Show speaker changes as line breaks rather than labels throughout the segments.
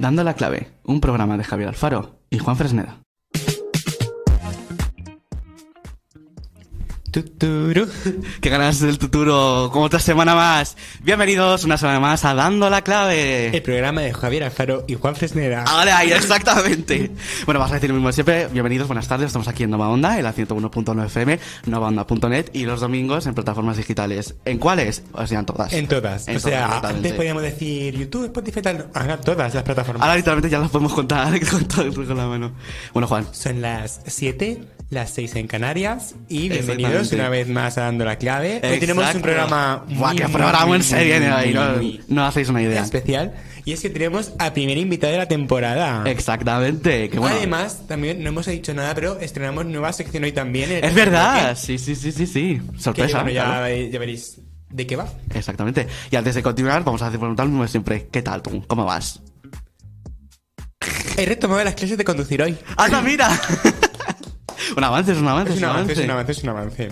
Palabra clave, un programa de Javier Alfaro y Juan Fresneda. Tuturu. Qué ganas del tuturo, como otra semana más. Bienvenidos una semana más a Dando la Clave.
El programa de Javier Alfaro y Juan Fresneda.
Ahora, ahí, exactamente. Bueno, vas a decir lo mismo de siempre. Bienvenidos, buenas tardes. Estamos aquí en Nova Onda, en la 101.9 FM, novaonda.net y los domingos en plataformas digitales. ¿En cuáles? O sea, en todas.
En todas.
En
o sea,
exactamente.
antes podíamos decir YouTube, Spotify, tal. Ahora todas las plataformas.
Ahora literalmente ya las podemos contar con, todo- con la mano. Bueno, Juan,
Son las 7, las 6 en Canarias. Y
Exactamente.
bienvenidos una vez más a Dando la Clave. Hoy tenemos
Exacto.
un programa.
Buah,
muy,
qué
muy,
programa
muy,
en serie
muy,
de hoy,
muy,
no,
muy
no hacéis una idea.
especial. Y es que tenemos al primer invitado de la temporada.
Exactamente, que Eh, bueno.
Además, también no hemos dicho nada, pero estrenamos nueva sección hoy también. en el-
es verdad, sí, sí, sí, sí, sí.
eh, Que,
Sorpresa.
bueno, ya,
claro.
ya veréis de qué va.
Exactamente. Y antes de continuar, vamos a hacer preguntar lo mismo de siempre. ¿Qué tal tú? ¿Cómo vas?
He retomado las clases de conducir hoy.
¡Anda, mira! un avance, es un avance,
Es un avance, es un avance, es un avance.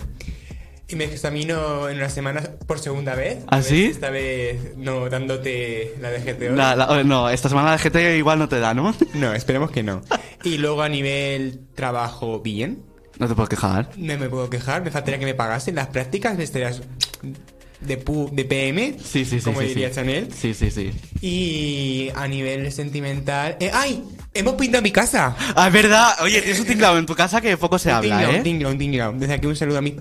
Y me examino en unas semanas por segunda vez.
¿Ah,
A ver
sí?
si Esta vez no dándote la de GTO.
La- la- oye, no, esta semana la gente igual no te da, ¿no?
No, esperemos que no. y luego a nivel trabajo, bien.
No te puedes quejar.
No me puedo quejar, me faltaría que me pagasen las prácticas, me estarías de, pu- de PM.
Sí, sí, sí.
Como
sí,
diría
sí.
Chanel.
Sí, sí, sí.
Y a nivel sentimental. eh, ¡Ay! ¡Hemos pintado mi casa!
Ah, es verdad. Oye, tienes un tinglao en tu casa que poco se
un
habla,
tinglao,
¿eh?
un tinglao, un tinglao. Desde aquí un saludo a mi.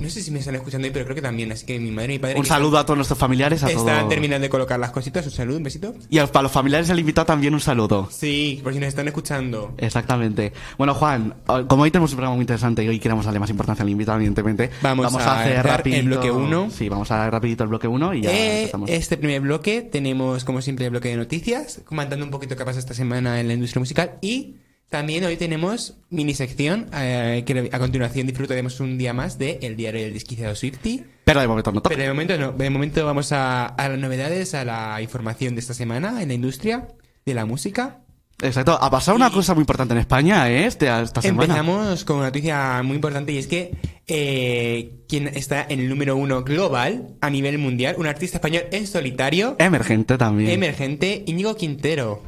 No sé si me están escuchando hoy, pero creo que también. Así que mi madre y mi padre.
Un
que
saludo a todos nuestros familiares, a
Están
todos.
terminando de colocar las cositas. Un saludo, un besito.
Y a, para los familiares del invitado también un saludo.
Sí, por si nos están escuchando.
Exactamente. Bueno, Juan, ah, como hoy tenemos un programa muy interesante y hoy queremos darle más importancia al invitado, evidentemente,
Vamos a
hacer
dar el
rapidito...
bloque uno.
Sí, vamos a dar rapidito el bloque 1 y ya
Eh,
empezamos.
este primer bloque tenemos, como siempre, el bloque de noticias, comentando un poquito qué pasa esta semana en la industria musical. Y también hoy tenemos mini sección, eh, que a continuación disfrutaremos un día más de El diario del desquiciado Swifty.
Pero de momento no toca.
Pero de momento no, de momento vamos a, a las novedades, a la información de esta semana en la industria de la música.
Exacto. Ha pasado una cosa muy importante en España, ¿eh? Este, esta semana.
Empezamos con una noticia muy importante y es que eh, quien está en el número uno global a nivel mundial, un artista español en solitario,
Emergente también.
emergente, Íñigo Quintero.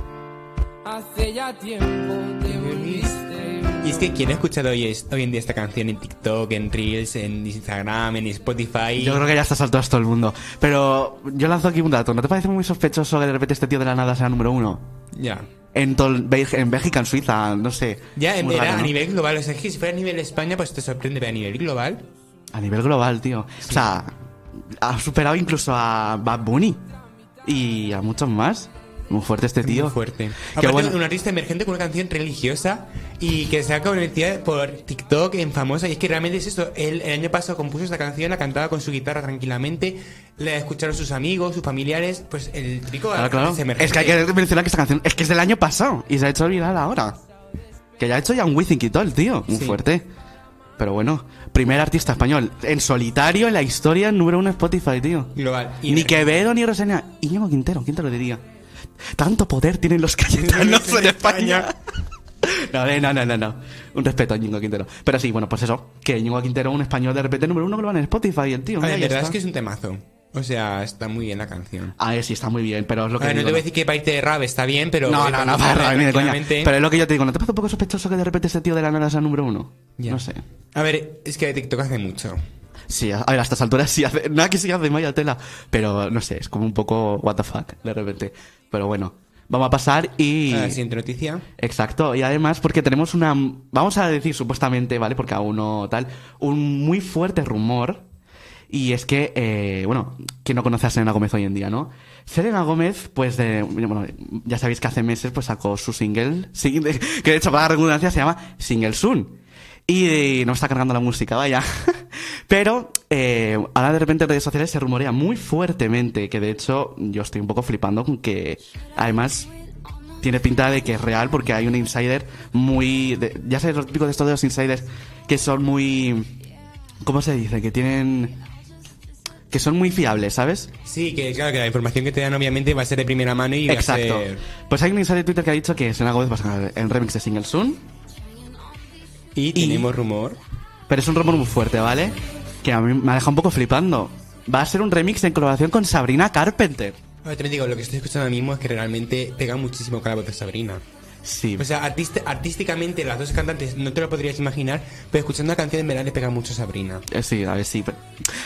Hace ya tiempo te volviste.
Y es que quien ha escuchado hoy, es- hoy en día esta canción en TikTok, en Reels, en Instagram, en Spotify.
Yo creo que ya está saltado todo el mundo. Pero yo lanzo aquí un dato. ¿No te parece muy sospechoso que de repente este tío de la nada sea número uno?
Ya.
En, tol- Bej- en Bélgica, en Suiza, no sé.
Ya, en
Muy
era
raro,
a
¿no?
nivel global, o sea, es que si fuera a nivel España, pues te sorprende, pero a nivel global.
A nivel global, tío. O sea, ha superado incluso a Bad Bunny y a muchos más. Muy fuerte este tío.
Muy fuerte.
Qué
Aparte,
bueno.
un artista emergente con una canción religiosa y que se ha convertido por TikTok en famosa. Y es que realmente es eso. Él el año pasado compuso esta canción, la cantaba con su guitarra tranquilamente, la escucharon sus amigos, sus familiares. Pues el trico
Claro, Ah, claro. Es que hay que mencionar que esta canción es que es del año pasado y se ha hecho viral ahora. Que ya ha hecho ya un Wizzing y todo el tío. Muy
Sí.
fuerte. Pero bueno, primer artista español en solitario en la historia número uno en Spotify, tío.
Global. Y
Ni Quevedo ni Rosena. Íñigo Quintero, ¿quién te lo diría? Tanto poder tienen los cayetanos en España. No, eh, no, no, no, no. Un respeto a Íñigo Quintero. Pero sí, bueno, pues eso. Que Íñigo Quintero, un español de repente número uno global en Spotify, el tío.
A
mira,
ver,
ahí
la verdad
está.
es que es un temazo. O sea, está muy bien la canción.
A ver, sí, está muy bien, pero es lo
A
que
ver, no
digo,
te voy a decir que para irte de rap está bien, pero.
No,
eh,
no,
para
no, para
escucharla
nada, ni de coña.
tranquilamente-
Pero es lo que yo te digo, ¿no te parece un poco sospechoso que de repente ese tío de la nada sea número uno?
Ya.
No sé.
A ver, es que TikTok hace mucho.
Sí, a a ver, a estas alturas sí hace. Nada que sí hace Maya Tela. Pero no sé, es como un poco what the fuck de repente. Pero bueno, vamos a pasar y.
Ah, siguiente noticia.
Exacto, y además porque tenemos una, vamos a decir supuestamente, ¿vale? Porque aún no tal, un muy fuerte rumor. Y es que, eh, bueno, ¿quién no conoce a Selena Gómez hoy en día, no? Selena Gómez, pues, de, bueno, ya sabéis que hace meses pues sacó su single, sí, de- que de hecho para la redundancia se llama Single Soon. Y eh, no me está cargando la música, vaya. Pero eh, ahora de repente en redes sociales se rumorea muy fuertemente, que de hecho yo estoy un poco flipando con que además tiene pinta de que es real porque hay un insider muy... de- ya sabes lo típico de estos de los insiders que son muy... ¿Cómo se dice? Que tienen... Que son muy fiables, ¿sabes?
Sí, que claro, que la información que te dan obviamente va a ser de primera mano y va a
Exacto.
ser-
Pues hay un insider de Twitter que ha dicho que Selena Gómez va a sacar el remix de Single Soon,
Y tenemos rumor.
pero es un rumor muy fuerte, ¿vale? Que a mí me ha dejado un poco flipando. Va a ser un remix en colaboración con Sabrina Carpenter.
Ahora también digo, lo que estoy escuchando ahora mismo es que realmente pega muchísimo con la voz de Sabrina.
Sí.
O sea, artist- artísticamente las dos cantantes no te lo podrías imaginar, pero escuchando la canción en verdad le pega mucho a Sabrina.
Eh, Sí, a ver, sí. pero-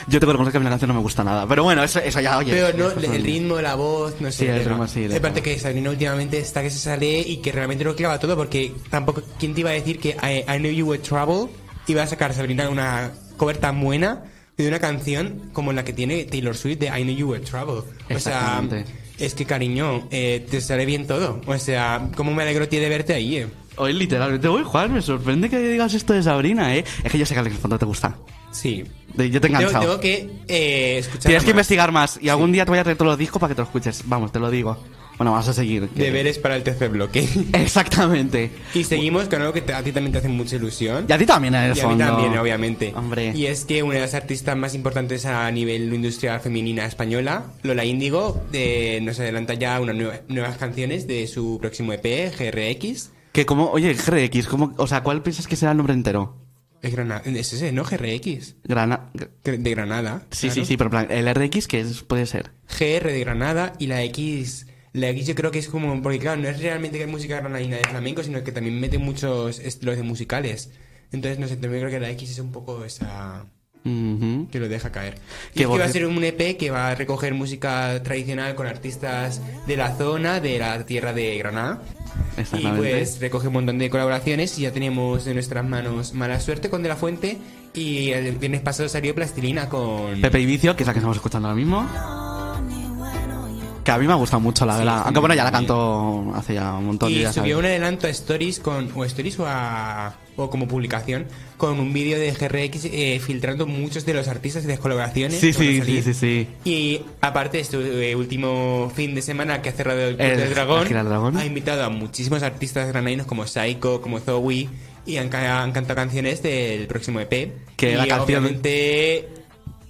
Yo tengo que reconocer que a mí la canción no me gusta nada. Pero bueno, eso, eso ya, oye.
Pero no,
eso es
el
otro-
ritmo, la voz, no sé.
Sí, el
pega.
ritmo sí, le
Aparte
pega.
que Sabrina últimamente está que se sale y que realmente lo clava todo, porque tampoco, ¿quién te iba a decir que I, I Knew You Were Trouble iba a sacar Sabrina una cover tan buena de una canción como la que tiene Taylor Swift de I Knew You Were Trouble? O sea,
Exactamente.
es que cariño, eh, te sale bien todo. O sea, cómo me alegro tío de verte ahí, eh.
Hoy literalmente, uy, Juan, me sorprende que digas esto de Sabrina, ¿eh? Es que yo sé que en el fondo te gusta.
Sí.
De- Yo te he
Tengo,
enganchado.
tengo que eh, escuchar.
Tienes que
más.
investigar más y algún día te voy a traer todos los discos para que te los escuches. Vamos, te lo digo. Bueno, vamos a seguir. que-
Deberes para el tercer bloque.
Exactamente.
y seguimos con algo que te- a ti también te hace mucha ilusión.
Y a ti también en el
Y a mí
fondo.
también, obviamente.
Hombre.
Y es que una de las artistas más importantes a nivel industrial femenina española, Lola Índigo, eh, nos adelanta ya unas nueva- nuevas canciones de su próximo E EP, GRX.
Que como, oye, GRX, como, o sea, ¿cuál piensas que será el nombre entero?
Es, Granada, es ese, ¿no? GRX.
Grana. gr-
Gr- De Granada.
Sí,
claro.
sí, sí, pero en plan, el RX, que es, puede ser?
GR de Granada y la X. La X yo creo que es como. Porque claro, no es realmente que es música granadina de flamenco, sino que también mete muchos estilos de musicales. Entonces, no sé, también creo que la X es un poco esa.
Ujú.
que lo deja caer.
Qué
Y es que va a
voz-
ser un EP que va a recoger música tradicional con artistas de la zona, de la tierra de Granada. Y
Exactamente.
pues recoge un montón de colaboraciones y ya tenemos en nuestras manos Mala Suerte con De La Fuente y el viernes pasado salió Plastilina con...
Pepe y Vicio, que es la que estamos escuchando ahora mismo. Que a mí me ha gustado mucho, la verdad. Aunque bueno, ya la canto hace ya un montón de
y
días.
subió un adelanto a Stories con o a Stories o, a- o como publicación con un vídeo de GRX eh, filtrando muchos de los artistas y las colaboraciones.
Sí,
que van
sí, sí,
a salir.
sí, sí.
Y aparte, este eh, último fin de semana que ha cerrado el, Club
El-
del Dragón,
el Club del Dragón.
ha invitado a muchísimos artistas granadinos como Psycho, como Zoe, y han, ca- han cantado canciones del próximo EP.
Que
y
la canción-
obviamente,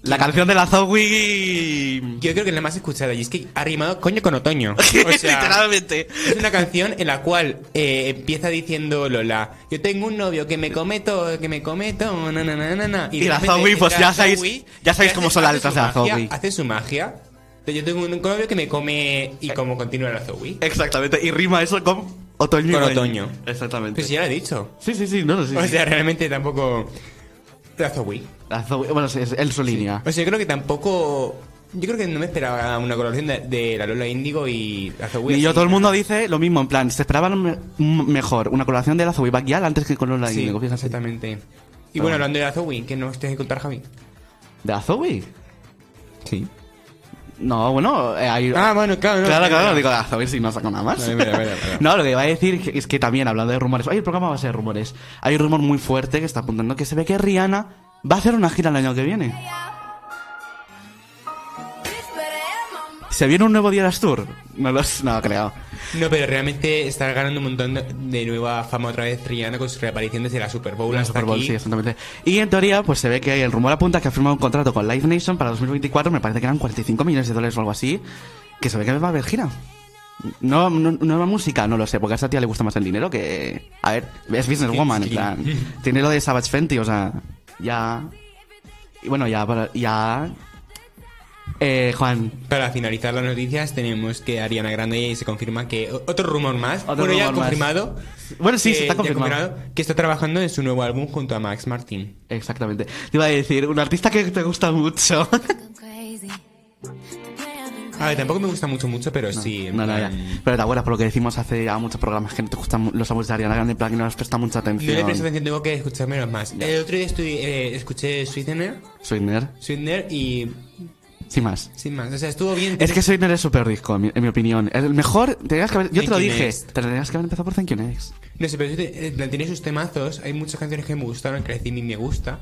La canción de la Zoe.
Yo creo que es la más escuchada, y es que ha rimado coño con otoño. O sea,
Literalmente.
Es una canción en la cual eh, empieza diciendo Lola, yo tengo un novio que me come todo, que me come todo, na, na, na, na, na".
Y la
de repente
Zoe, pues
entra
ya sabéis-
Zoe,
ya sabéis
y
cómo
hace-
son las
hace
letras de
su
la Zoe.
magia- Hace su magia. Entonces, yo tengo un novio que me come y
Eh.
como continúa la Zoe.
Exactamente. Y rima eso con otoño. y
Con
otoño.
otoño.
Exactamente.
Pues ya lo he dicho.
Sí, sí, sí. No, no, sí,
O
sí.
sea, realmente tampoco... La Zoe.
La Zoe- Bueno, sí, es él su línea.
O sea, yo creo que tampoco... Yo creo que no me esperaba una colaboración de, de la Lola Índigo y la Zoe.
Y yo,
así.
todo el mundo dice lo mismo, en plan, se esperaba lo me- un- mejor una colaboración de la Zoe Back Yal antes que con Lola
Sí,
Índigo, fíjate.
exactamente. Y
Ah,
bueno,
bueno.
hablando de la Zoe, que no os tienes que contar, Javi.
¿De la Zoe?
Sí.
No, bueno, eh, hay...
Ah, bueno, claro,
claro,
no, claro,
claro,
claro.
digo, "Ah, a ver si no saco nada más.
Vale, vale, vale, vale.
no, lo que iba a decir que- es que también, hablando de rumores, oye, el programa va a ser de rumores. Hay un rumor muy fuerte que está apuntando que se ve que Rihanna va a hacer una gira el año que viene. ¿Se viene un nuevo Dieras Tour? No lo s- no creo.
No, pero realmente está ganando un montón de nueva fama otra vez Rihanna con su reaparición desde la Super Bowl
La
hasta
Super Bowl,
aquí.
sí, exactamente. Y en teoría, pues se ve que el rumor apunta que ha firmado un contrato con Live Nation para 2024, me parece que eran 45 millones de dólares o algo así, que se ve que va a haber gira. No, no, nueva música, no lo sé, porque a esa tía le gusta más el dinero que... A ver, es businesswoman, en
Sí.
plan. Tiene lo de Savage Fenty, o sea, ya... Y bueno, ya... para- ya... Eh, Juan,
Para finalizar las noticias tenemos que Ariana Grande se confirma que o- otro rumor más,
Otro
bueno ya
rumor más.
confirmado.
Bueno, sí,
que
se está
Eh, ya
confirmado.
que está trabajando en su nuevo álbum junto a Max Martin.
exactamente. Te iba a decir, un artista que te gusta mucho.
A ver, tampoco me gusta mucho mucho, pero sí. en
No, no, ya.
plan,
Pero te acuerdas por lo que decimos hace ya muchos programas que no te gustan los álbumes de Ariana Grande, en plan que no les presta mucha
No le presto
atención.
atención, tengo que escuchármelos más. El otro día estuve, eh, escuché Sweetener,
Sweetener,
Sweetener y
sin más.
sin más. O sea, estuvo bien.
Es que Sweetener es súper disco, en mi, en mi opinión. El mejor, tenías que haber- yo te lo
Thank you
dije,
next.
tenías que haber empezado por Thank You Next.
No sé, pero sí te- eh, plan, tiene sus temazos. Hay muchas canciones que me gustaron, que decir me gusta.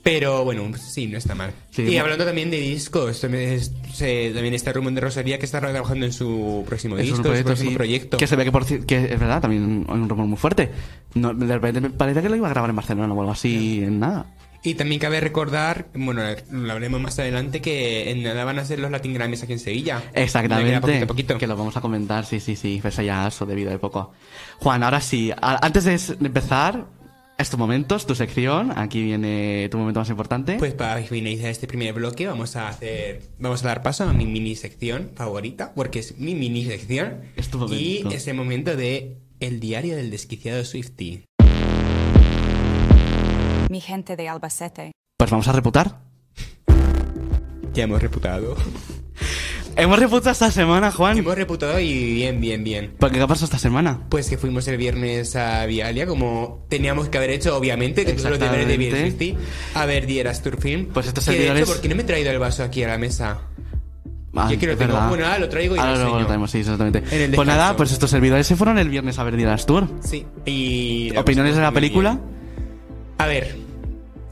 Pero bueno, sí, no está mal.
Sí,
y
mo-
hablando también de discos, también, es- se- también está Rumón de Rosalía que está trabajando en su próximo
Es un
disco, en su
proyecto,
próximo
sí,
proyecto.
Que se ve que, por, ci- que es verdad, también hay un rumor muy fuerte. No, de repente me parece que lo iba a grabar en Barcelona o algo así, en nada.
Y también cabe recordar, bueno, lo hablaremos más adelante, que en nada van a ser los Latin Grammys aquí en Sevilla. Ya queda
Exactamente.
poquito a poquito.
Que lo vamos a comentar, pues sí, sí, sí. Pero eso ya eso debido de poco. Juan, ahora sí. a- antes de s- de empezar, estos momentos, tu sección. Aquí viene tu momento más importante.
Pues para finalizar este primer bloque vamos a hacer, vamos a dar paso a mi mini sección favorita, porque es mi mini sección.
Es tu
y
momento.
es el momento de el diario del desquiciado Swifty.
Mi gente de Albacete.
Pues vamos a reputar.
Ya hemos reputado.
Hemos reputado esta semana, Juan.
hemos reputado y bien, bien, bien.
¿Por qué ha pasado esta semana?
Pues que fuimos el viernes a Vialia, como teníamos que haber hecho, obviamente, que son los deberes de Bien
Exactamente.
Swifty, a ver Dieras Tour Film.
Pues estos
Que, de
servidores-
hecho, ¿por qué no me he traído el vaso aquí a la mesa?
Ah,
Yo quiero
es
tengo-
verdad.
bueno, ahora lo traigo y lo
Ahora luego
enseño.
traemos, sí, exactamente.
En el
Pues
descanso.
nada, pues estos servidores se fueron el viernes a ver Dilas Tour.
Sí. Y
¿Opiniones de la
pues, Muy bien.
película?
A ver,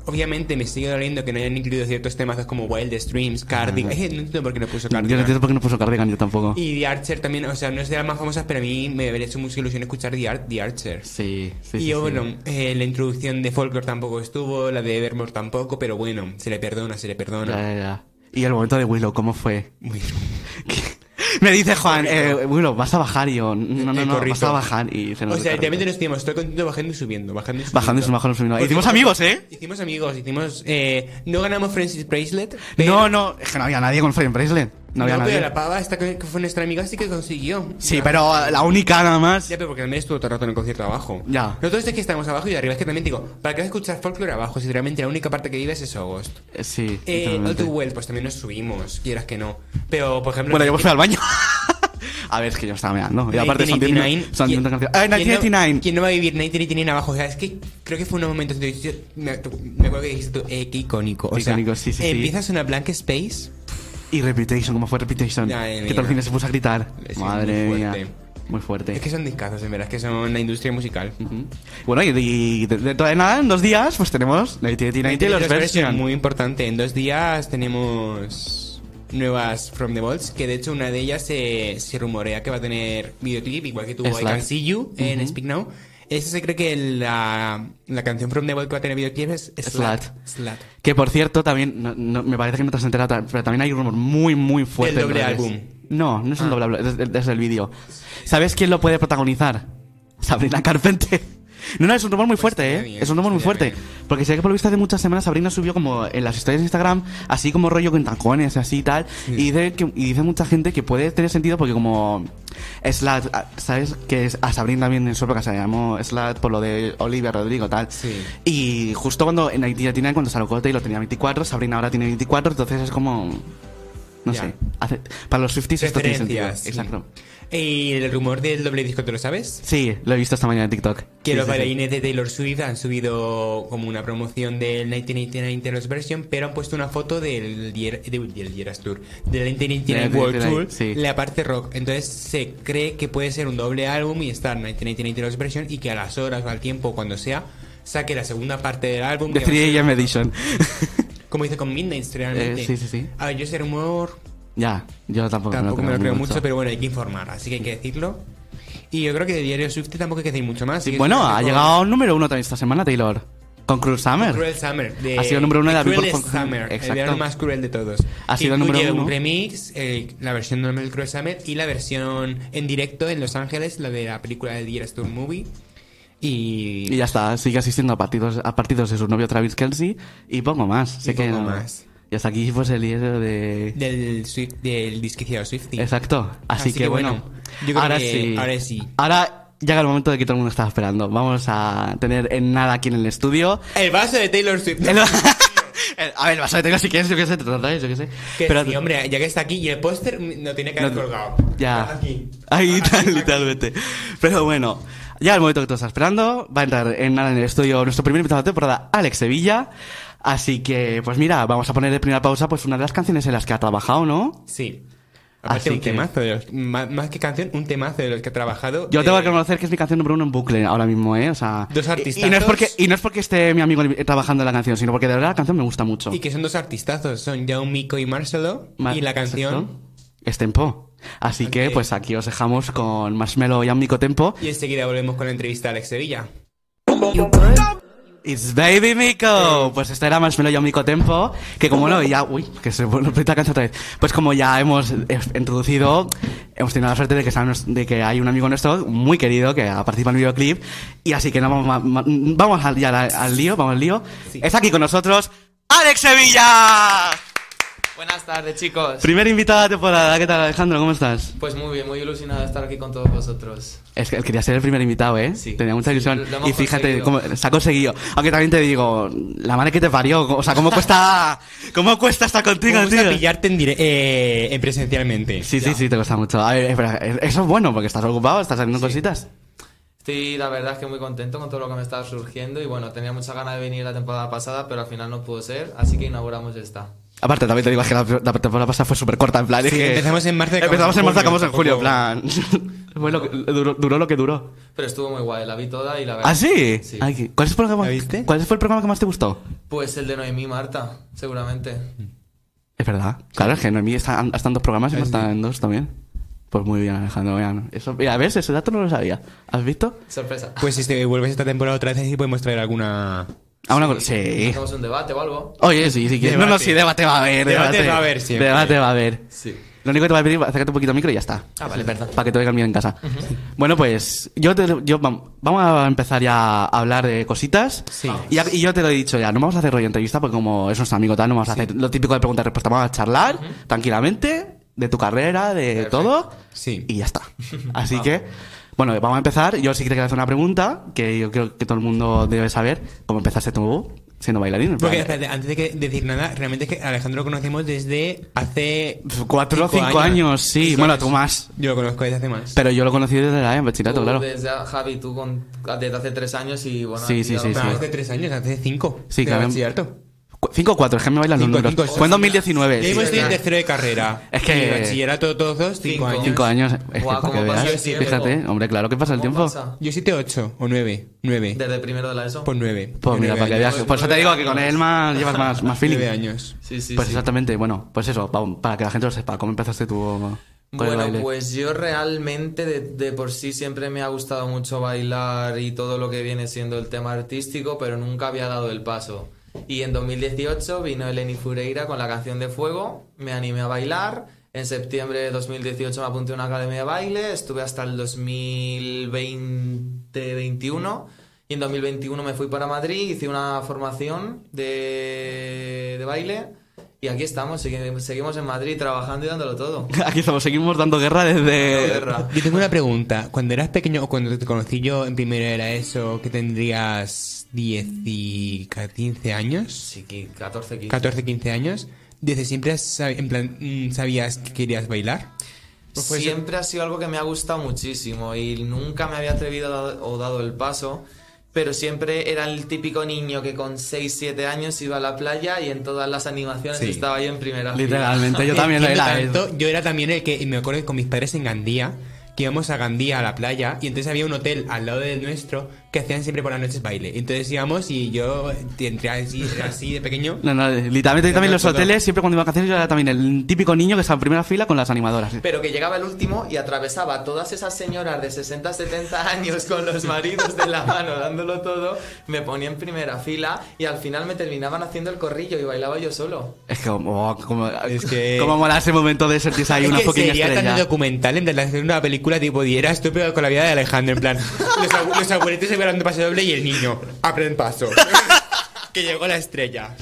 obviamente me sigue doliendo que no hayan incluido ciertos temas como Wildest Dreams, Cardigan. Eh, no entiendo por qué no puso
Yo no
Cardigan.
entiendo por qué no puso Cardigan, yo tampoco.
Y The Archer también, o sea, no es de las más famosas, pero a mí me habría hecho mucha ilusión escuchar The, Ar- The Archer.
Sí, sí, sí.
Y
sí.
bueno, eh, la introducción de Folklore tampoco estuvo, la de Evermore tampoco, pero bueno, se le perdona, se le
Ya,
perdona.
ya, ya. Y el momento de Willow, ¿cómo fue?
Muy-
Me dice Juan, eh, Willow, vas a bajar. Y yo, no, no,
Eh,
no, vas
corrito.
a bajar. Y se nos
O sea, realmente
corrito.
nos hicimos todo contento bajando y subiendo, bajando y subiendo.
Bajando y subiendo, bajando y subiendo.
Porque
Hicimos amigos, ¿eh?
Hicimos amigos, hicimos... eh, no ganamos Francis Bracelet,
No, no, es que no había nadie con Fred Bracelet. No había
pero
nadie.
la pava esta que que fue nuestra amiga sí que consiguió.
Sí, pero la única nada más.
Ya, pero porque también estuvo todo el rato en el concierto abajo.
Ya.
Nosotros es que estamos abajo y arriba es que también digo, ¿para qué vas a escuchar folklore abajo? Si realmente la única parte que vives es August.
Eh, Sí,
Eh, All
literalmente.
Too Well, pues también nos subimos, quieras que no. Pero, por ejemplo...
Bueno, yo me fui al baño. A ver, es que yo estaba mirando. Y aparte son 1989.
1989.
Son
¿Quién-
19 canciones. Ah,
quién no-
1989.
¿Quién no va a vivir 1989 abajo? O sea, es que creo que fue unos momentos... de- yo- me, tú- me acuerdo que dijiste tú, eh, qué icónico. O
Qué
sea,
icónico, sí, sí, sí.
empiezas una blank space...
Y Reputation, ¿cómo fue Reputation?
Madre
que
mía.
todo el cine se puso a gritar.
Es
Madre
muy
mía.
fuerte.
Muy fuerte.
Es que son discazos, en verdad, es que son la industria musical.
Ujú. Mm. Bueno, y, y de- dentro de nada, en dos días, pues tenemos 1989 y los version.
Muy importante. En dos días tenemos nuevas From the Vaults, que de hecho una de ellas se, se rumorea que va a tener videoclip, igual que tuvo
Slash.
I Can See You en
Ujú.
Speak Now. Esa se cree que la, la canción From the Vault que va a tener videoclip es Slat.
Slat.
Slat.
Que por cierto, también, no- no- me parece que no te has enterado, ta- pero también hay un rumor muy, muy fuerte.
Del
en
doble
redes.
álbum. Ah.
No, no es el doble álbum, es, es- es el vídeo. ¿Sabes quién lo puede protagonizar? Sabrina Carpenter. No, no, es un rumor muy fuerte, ¿eh?
Pues estaría bien,
es un rumor muy
estaría
fuerte. Porque sé que por lo visto hace muchas semanas Sabrina subió como en las historias de Instagram, así como rollo con tacones, así y tal. Y, dice que, y dice mucha gente que puede tener sentido porque como Slat, a- ¿sabes? Que es- a Sabrina también en su época se llamó Slat por lo de Olivia Rodrigo, tal.
Sí.
Y justo cuando en Haití ya tiene, cuando salió Cote y lo tenía 24, Sabrina ahora tiene 24, entonces es como. No
Ya.
sé. hace- para los 50 esto tiene sentido.
Referencias, sí.
Exacto.
Y el rumor del doble disco, ¿te lo sabes?
Sí, lo he visto esta mañana en TikTok.
Que
Sí, sí,
los
sí.
bailarines de Taylor Swift han subido como una promoción del 1989 Taylor's Version, pero han puesto una foto del, Dier- de- del Dieras Tour, del 1989 World Tour,
Sí.
la parte rock. Entonces se cree que puede ser un doble álbum y estar 1989 Taylor's Version y que a las horas o al tiempo, cuando sea, saque la segunda parte del álbum.
The
que va a
3
ser-
AM Edition.
Como hizo con Midnight, realmente.
Eh, sí, sí, sí.
A ver, yo ese rumor
ya, yo tampoco,
Tampoco me lo creo mucho,
pero
pero bueno, hay que informar, así que hay que decirlo. Y yo creo que de Diario Swift tampoco hay que decir mucho más. sigue
Bueno,
siendo
ha
con
llegado número uno también esta semana, Taylor. Con Cruel Summer.
Cruel Summer. de-
Ha sido número uno de la
Cruel
Billboard Hot
Summer,
Exacto.
el verano más cruel de todos.
Ha
Que
sido número
incluye
uno.
un remix, eh, la versión normal del Cruel Summer y la versión en directo en Los Ángeles, la de la película de Dear Tour Movie. Y,
Y ya está, sigue asistiendo a partidos, a partidos de su novio Travis Kelsey y poco más. Sé
Y
que
poco
no.
más.
Y hasta aquí pues el hierro de.
del, Swift- del disquiciado Swiftie.
Exacto. Así,
Así
que,
que
bueno.
bueno, yo creo
ahora
que
sí.
ahora sí.
Ahora llega el momento de que todo el mundo estaba esperando. Vamos a tener en nada aquí en el estudio.
El vaso de Taylor Swift.
El- el- a ver, vas a tener si quieres, yo qué sé, te tratáis, yo qué sé.
Que sí, hombre, ya que está aquí y el póster mm, no tiene que haber
No-
colgado.
Ya.
Aquí.
Ahí,
Aquí,
tal,
aquí.
literalmente. Pero bueno, ya el momento que todos está esperando. Va a entrar en nada en el estudio nuestro primer invitado de temporada, Alex Sevilla. Así que, pues mira, vamos a poner de primera pausa pues una de las canciones en las que ha trabajado, ¿no?
Sí. Aparte,
Así
un
que-
temazo de los- más, más que canción, un temazo de los que ha trabajado.
Yo
Eh,
tengo que reconocer que es mi canción número uno en bucle ahora mismo, ¿eh? O sea.
Dos
y-
artistazos.
Y no es porque, y no es porque esté mi amigo trabajando en la canción, sino porque de verdad la canción me gusta mucho.
Y que son dos artistazos, son Jaume Miko y Marcelo.
Ma-
y la canción.
Exacto. Es tempo. Así que,
Ok.
pues aquí os dejamos con Marshmello y Amico Tempo.
Y enseguida volvemos con la entrevista a Alex Sevilla.
It's Baby Miko. Pues esta era Marshmello y Mico Tempo, que como no, ya, uy, que se vuelve a canción otra vez. Pues como ya hemos eh, introducido, hemos tenido la suerte de que, sabemos- de que hay un amigo nuestro muy querido que ha participado en el videoclip, y así que no vamos, ma- ma- vamos al, ya al, al lío, vamos al lío. Está aquí con nosotros Alex Sevilla.
Buenas tardes, chicos.
Primer invitado de la temporada. ¿Qué tal, Alejandro? ¿Cómo estás?
Pues muy bien, muy ilusionado de estar aquí con todos vosotros.
Es que él quería ser el primer invitado, ¿eh?
Sí.
Tenía mucha
Sí,
ilusión.
lo- lo hemos
y fíjate,
conseguido.
cómo, se ha conseguido. Aunque también te digo, la madre que te parió. O sea, ¿cómo cuesta, cómo cuesta estar contigo,
Vamos a
tío?
pillarte en, dire- eh, en presencialmente.
Sí, sí, sí, te cuesta mucho. A ver, espera, eso es bueno porque estás ocupado, estás haciendo cositas.
Estoy, la verdad, es que muy contento con todo lo que me está surgiendo. Y bueno, tenía muchas ganas de venir la temporada pasada, pero al final no pudo ser, así que inauguramos esta.
Aparte, también te digo es que la, la temporada pasada fue súper corta, en plan. es
Sí,
que-
empezamos en marzo y acabamos
Empezamos
en
en marzo, acabamos en
junio,
julio, en plan. Fue lo que- duró, duró lo que duró.
Pero estuvo muy guay, la vi toda y la verdad.
¿Ah, sí?
Sí.
Ay, ¿cuál, es el programa,
¿La viste?
¿Cuál fue el programa que más te gustó?
Pues el de Noemí Marta, seguramente.
Es verdad. Claro, es que en mí están, están dos programas y no están en dos también. Pues muy bien, Alejandro. vean. Eso, mira, ¿ves? Ese dato no lo sabía. ¿Has visto?
Sorpresa.
Pues si te vuelves esta temporada otra vez, así podemos traer alguna.
Ah, una cosa. Sí.
Hacemos un debate o algo.
Oye, sí, sí. quieres. No, no,
Debate.
sí, debate va a haber.
Debate va a haber siempre.
Debate va a haber.
Sí.
Lo único que te voy a pedir, acércate un poquito al micro y ya está.
Ah, vale,
verdad.
perdón.
Para que te oigan bien en casa. Bueno, pues yo, te, yo vam- vamos a empezar ya a hablar de cositas.
Sí.
Y, a- y yo te lo he dicho ya, no vamos a hacer rollo entrevista porque como es nuestro amigo tal, no vamos a hacer lo típico de preguntar y respuesta. Vamos a charlar tranquilamente de tu carrera, de
Perfecto.
todo.
Sí.
Y ya está. Así que, bueno, vamos a empezar. Yo sí que te quiero hacer una pregunta que yo creo que todo el mundo debe saber. ¿Cómo empezaste tú siendo bailarín? En
Porque
plan,
espérate, antes de que decir nada, realmente es que a Alejandro lo conocemos desde hace.
Cuatro o cinco años, sí.
Eso
Bueno,
es.
tú más.
Yo lo conozco desde hace más.
Pero yo lo conocí desde la E, en bachillerato,
Tú
claro.
Desde, Javi, tú con, desde hace tres años y bueno.
Sí,
aquí
sí,
ya
sí,
lo-
No,
sí.
hace tres años, hace cinco.
Sí,
de
claro.
bachillerato.
Cu- Cinco o cuatro, es que me bailan los
Cinco,
números.
cinco, sí. pues,
Fue en 2019.
Yo
Sí,
mismo estoy en
verdad.
tercero de carrera.
Es que-
Y bachillerato todos dos, cinco,
Cinco.
años.
Cinco años. Es
Guau,
que para que
¿cómo pasa
veas.
el tiempo?
Fíjate, hombre, claro que pasa el
¿Cómo
tiempo.
pasa?
Yo siete, ocho o nueve. Nueve.
Desde primero de la ESO.
Pues nueve.
Pues mira,
Nueve
para que
años.
veas. Por eso te digo que con él más llevas más, más feeling.
Nueve años.
Sí, sí,
Pues
sí.
exactamente, bueno, pues eso, pa- para que la gente lo sepa, ¿cómo empezaste tú con el
Bueno,
baile?
pues yo realmente de, de por sí siempre me ha gustado mucho bailar y todo lo que viene siendo el tema artístico, pero nunca había dado el paso. Y en 2018 vino Eleni Fureira con la canción de Fuego, me animé a bailar. En septiembre de 2018 me apunté a una academia de baile, estuve hasta el 2020-21. Y en 2021 me fui para Madrid, hice una formación de, de baile. Y aquí estamos, segui- seguimos en Madrid trabajando y dándolo todo.
Aquí estamos, seguimos dando guerra desde.
Dando guerra.
Yo tengo una pregunta. Cuando eras pequeño o cuando te conocí yo en primero era eso, que tendrías 10 y 15 años,
Sí, que 14, 15.
14, 15 años, ¿desde siempre has sab- en plan, mm, sabías que querías bailar? Pues puede ser-
Siempre ha sido algo que me ha gustado muchísimo y nunca me había atrevido a da- o dado el paso, pero siempre era el típico niño que con 6, 7 años iba a la playa y en todas las animaciones
Sí.
estaba yo en primera fila.
Literalmente, yo también lo
Entiendo
era. eh.
tanto, yo era también el que, me acuerdo que con mis padres en Gandía, que íbamos a Gandía a la playa, y entonces había un hotel al lado del nuestro que hacían siempre por las noches baile. Entonces íbamos y yo eh, entré así, así de pequeño.
No, no, literalmente yo también en los
Recuerdo.
hoteles, siempre cuando iba a vacaciones, yo era también el típico niño que estaba en primera fila con las animadoras.
Pero que llegaba el último y atravesaba a todas esas señoras de 60, 70 años con los maridos de la mano dándolo todo, me ponía en primera fila y al final me terminaban haciendo el corrillo y bailaba yo solo.
Es que, oh, como,
Es que-
como mola ese momento de sentirse ahí
Es
una
que
pequeña
sería tan
estrella.
de documental en plan de hacer una película tipo y era estúpido con la vida de Alejandro en plan los, abu- los abuelitos se dando paso doble y el niño aprende paso que llegó la estrella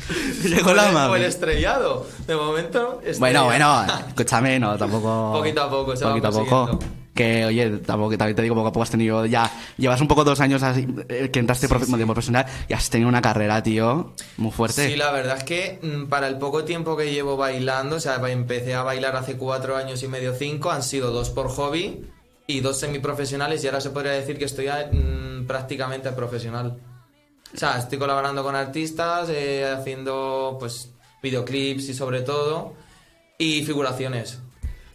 Llegó la
O el- O el
madre.
estrellado. De momento.
Bueno,
estrellado.
bueno, escúchame, no, tampoco.
Poquito a poco, se va
Poquito a poco.
consiguiendo.
Que, oye, tampoco, que también te digo, poco a poco has tenido ya. Llevas un poco dos años así, eh, que entraste por tiempo profesional y has tenido una carrera, tío, muy fuerte.
Sí, la verdad es que mm, para el poco tiempo que llevo bailando, o sea, ba- empecé a bailar hace cuatro años y medio, cinco, han sido dos por hobby y dos semiprofesionales y ahora se podría decir que estoy a- mm, prácticamente profesional. O sea, estoy colaborando con artistas, eh, haciendo pues videoclips y sobre todo, y figuraciones.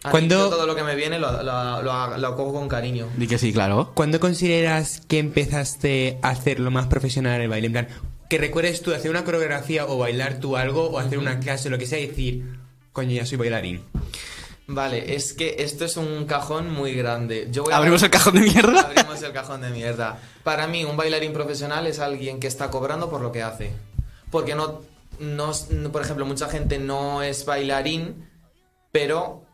Así
Cuando-
que todo lo que me viene lo, lo- lo- lo cojo con cariño.
Di que sí, claro.
¿cuándo consideras que empezaste a hacerlo más profesional el baile? en plan que recuerdes tú hacer una coreografía o bailar tú algo o hacer una clase o lo que sea y decir coño ya soy bailarín
Vale, es que esto es un cajón muy grande. Yo voy a-
Abrimos el cajón de mierda.
Abrimos el cajón de mierda. Para mí, un bailarín profesional es alguien que está cobrando por lo que hace. Porque no, no, es- no- por ejemplo, mucha gente no es bailarín, pero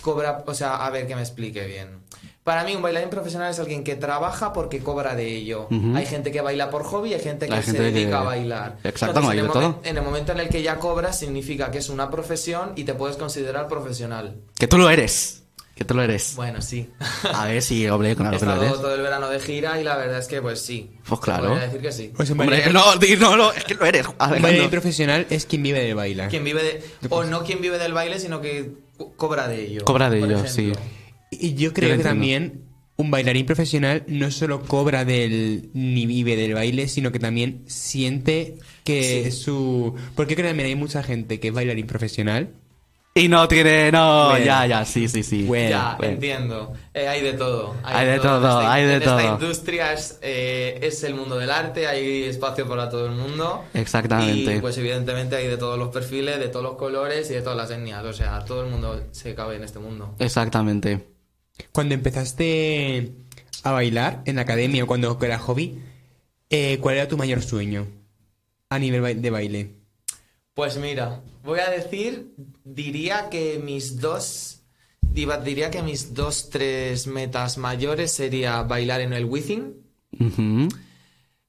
cobra, o sea, a ver que me explique bien. Para mí, un bailarín profesional es alguien que trabaja porque cobra de ello.
Ujú.
Hay gente que baila por hobby y hay gente que
Hay
se
gente que-
dedica a bailar.
Exacto,
Entonces,
no, hay
en, el
de todo.
momen- en el momento en el que ya cobras, significa que es una profesión y te puedes considerar profesional.
Que tú lo eres. Que tú lo eres.
Bueno, sí.
A ver si hablé con
He
algo que lo
estado
eres.
todo el verano de gira y la verdad es que pues sí.
Pues claro.
Podría decir que sí.
Pues un
Hombre,
bailarín,
no, di- no, no, es que lo eres.
un bailarín
Alejandro.
profesional es quien vive de bailar.
Quien vive de- o no quien vive del baile, sino que co- cobra de ello.
Cobra de
por
ello,
ejemplo.
sí.
Y yo
Yo
creo
lo entiendo.
que también un bailarín profesional no solo cobra del ni vive del baile, sino que también siente que
Sí.
su... Porque creo que también hay mucha gente que es bailarín profesional.
Y no tiene, no,
Bueno.
ya, ya, sí, sí, sí.
Bueno.
Ya,
bueno.
entiendo. Eh, hay de todo.
Hay de
en
todo,
esta-
hay de
en esta
todo.
industria es, eh, es el mundo del arte, hay espacio para todo el mundo.
Exactamente.
Y pues evidentemente hay de todos los perfiles, de todos los colores y de todas las etnias. O sea, todo el mundo se cabe en este mundo.
Exactamente.
Cuando empezaste a bailar en la academia o cuando era hobby, eh, ¿cuál era tu mayor sueño a nivel bai- de baile?
Pues mira, voy a decir, diría que mis dos, diva- diría que mis dos, tres metas mayores sería bailar en el Within,
Ujú.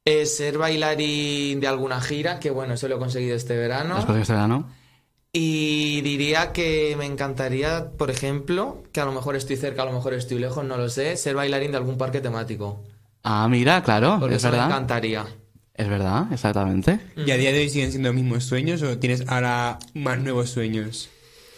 eh, ser bailarín de alguna gira, que bueno, eso lo he conseguido este verano.
Las cosas que se dan, ¿no?
Y diría que me encantaría, por ejemplo, que a lo mejor estoy cerca, a lo mejor estoy lejos, no lo sé, ser bailarín de algún parque temático.
Ah, mira, claro,
Porque
es
eso me
verdad.
encantaría.
Es verdad, exactamente.
¿Y a día de hoy siguen siendo los mismos sueños o tienes ahora más nuevos sueños?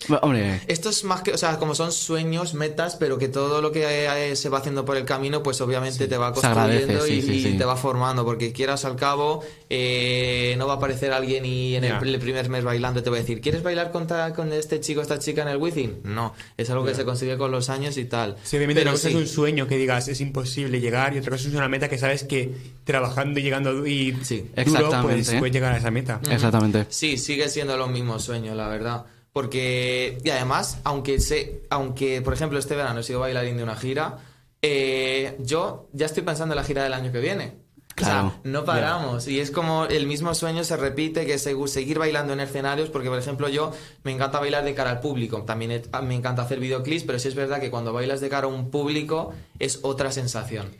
Bueno, Hombre,
Esto es más que, o sea, como son sueños, metas, pero que todo lo que eh, se va haciendo por el camino, pues obviamente te va
se agradece,
construyendo y,
sí, sí,
y
sí.
te va formando, porque quieras al cabo, eh, no va a aparecer alguien y en el,
Ya.
pr- el primer mes bailando te va a decir, ¿quieres bailar con, ta- con este chico, esta chica en el Within? No, es algo que se consigue con los años y tal.
Sí, obviamente
Pero
una cosa
sí.
es un sueño que digas es imposible llegar y otra cosa es una meta que sabes que trabajando y llegando y
Sí,
duro
exactamente. ¿eh? Mm.
pues, puedes llegar a esa meta.
exactamente.
Sí, sigue siendo los mismos sueños, la verdad. Porque, y además, aunque sé, aunque, por ejemplo, este verano he sido bailarín de una gira, eh, yo ya estoy pensando en la gira del año que viene. O
Claro.
sea, no paramos. Y es como el mismo sueño se repite, que es segu- seguir bailando en escenarios, porque, por ejemplo, yo me encanta bailar de cara al público. También he- ah, me encanta hacer videoclips, pero sí es verdad que cuando bailas de cara a un público es otra sensación.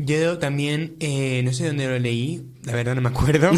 Yo también, eh, no sé dónde lo leí, la verdad no me acuerdo.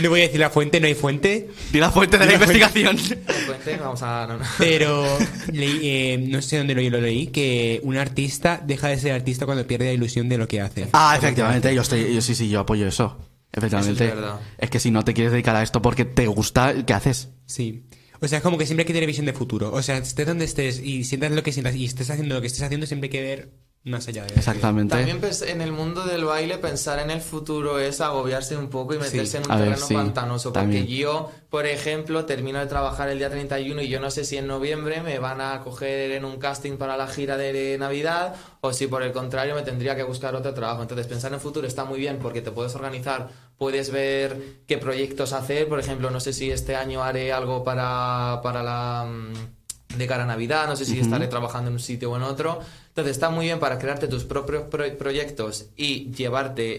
no voy a decir la fuente, no hay fuente,
Y la fuente de la
La fuente.
investigación.
Entonces, vamos a... no, no.
pero leí, eh, no sé dónde lo, lo leí, que un artista deja de ser artista cuando pierde la ilusión de lo que hace.
Ah, efectivamente, yo estoy, yo sí, sí, yo apoyo eso. Efectivamente.
Eso es verdad.
es que si no te quieres dedicar a esto porque te gusta, ¿qué haces?
Sí. O sea, es como que siempre hay que tener visión de futuro. O sea, estés donde estés y sientas lo que sientas y estés haciendo lo que estés haciendo, siempre hay que ver más allá de
Exactamente.
También pues, en el mundo del baile pensar en el futuro es agobiarse un poco y meterse en un
A ver,
terreno
sí,
pantanoso. Porque
también.
yo, por ejemplo, termino de trabajar el día 31 y yo no sé si en noviembre me van a coger en un casting para la gira de Navidad o si por el contrario me tendría que buscar otro trabajo. Entonces pensar en el futuro está muy bien porque te puedes organizar, puedes ver qué proyectos hacer. Por ejemplo, no sé si este año haré algo para, para la... mm, de cara a Navidad, no sé si estaré trabajando en un sitio o en otro. Entonces está muy bien para crearte tus propios pro- proyectos y llevarte,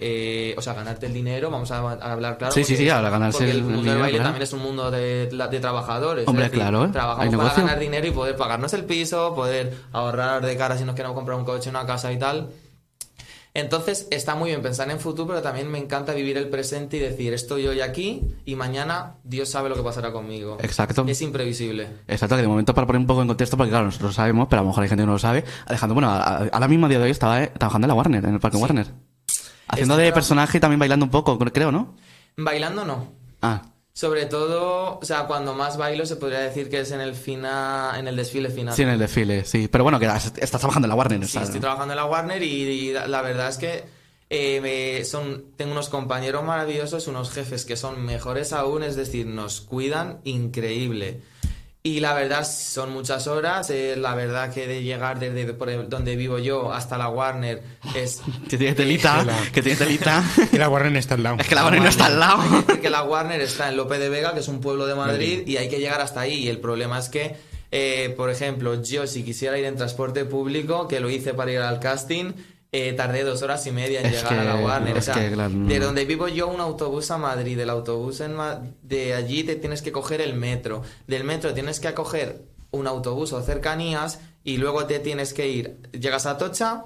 eh, o sea, ganarte el dinero, vamos a, a hablar claro.
Sí, sí,
porque
sí,
es-
ahora ganarse
porque el,
el
mundo del
dinero,
baile
claro.
también es un mundo de, la- de trabajadores.
Hombre,
es decir,
claro, ¿eh? hay
Trabajamos para
negocio.
ganar dinero y poder pagarnos el piso, poder ahorrar de cara si nos queremos comprar un coche, una casa y tal. Entonces está muy bien pensar en futuro, pero también me encanta vivir el presente y decir, estoy hoy aquí y mañana Dios sabe lo que pasará conmigo.
Exacto.
Es imprevisible.
Exacto, que de momento para poner un poco en contexto, porque claro, nosotros lo sabemos, pero a lo mejor hay gente que no lo sabe. Alejandro, bueno, a- a- ahora mismo a día de hoy estaba eh, trabajando en la Warner, en el Parque Warner. Haciendo de
Estaba-
personaje y también bailando un poco, creo, ¿no?
Bailando no.
Ah,
Sobre todo, o sea, cuando más bailo se podría decir que es en el fina, en el desfile final.
sí, en el desfile, sí. Pero bueno, que has- estás trabajando en la Warner, o
Sí,
sea,
estoy trabajando en la Warner y, y la la verdad es que eh, me- son, tengo unos compañeros maravillosos, unos jefes que son mejores aún, es decir, nos cuidan increíble. Y la verdad son muchas horas, eh, la verdad que de llegar desde por el- donde vivo yo hasta la Warner es
Que tiene telita,
Hola.
que tiene telita.
Que la Warren está al lado.
es que la Warner no está al lado.
Hay que decir que la Warner está en Lope de Vega, que es un pueblo de Madrid, y hay que llegar hasta ahí. Y el problema es que eh, por ejemplo, yo si quisiera ir en transporte público, que lo hice para ir al casting, eh, tardé dos horas y media en
Es
llegar
que-
a la Warner. O
es
sea,
que, claro, no.
de donde vivo yo un autobús a Madrid, del autobús en Ma- de allí te tienes que coger el metro, del metro tienes que coger un autobús o cercanías y luego te tienes que ir, llegas a Atocha,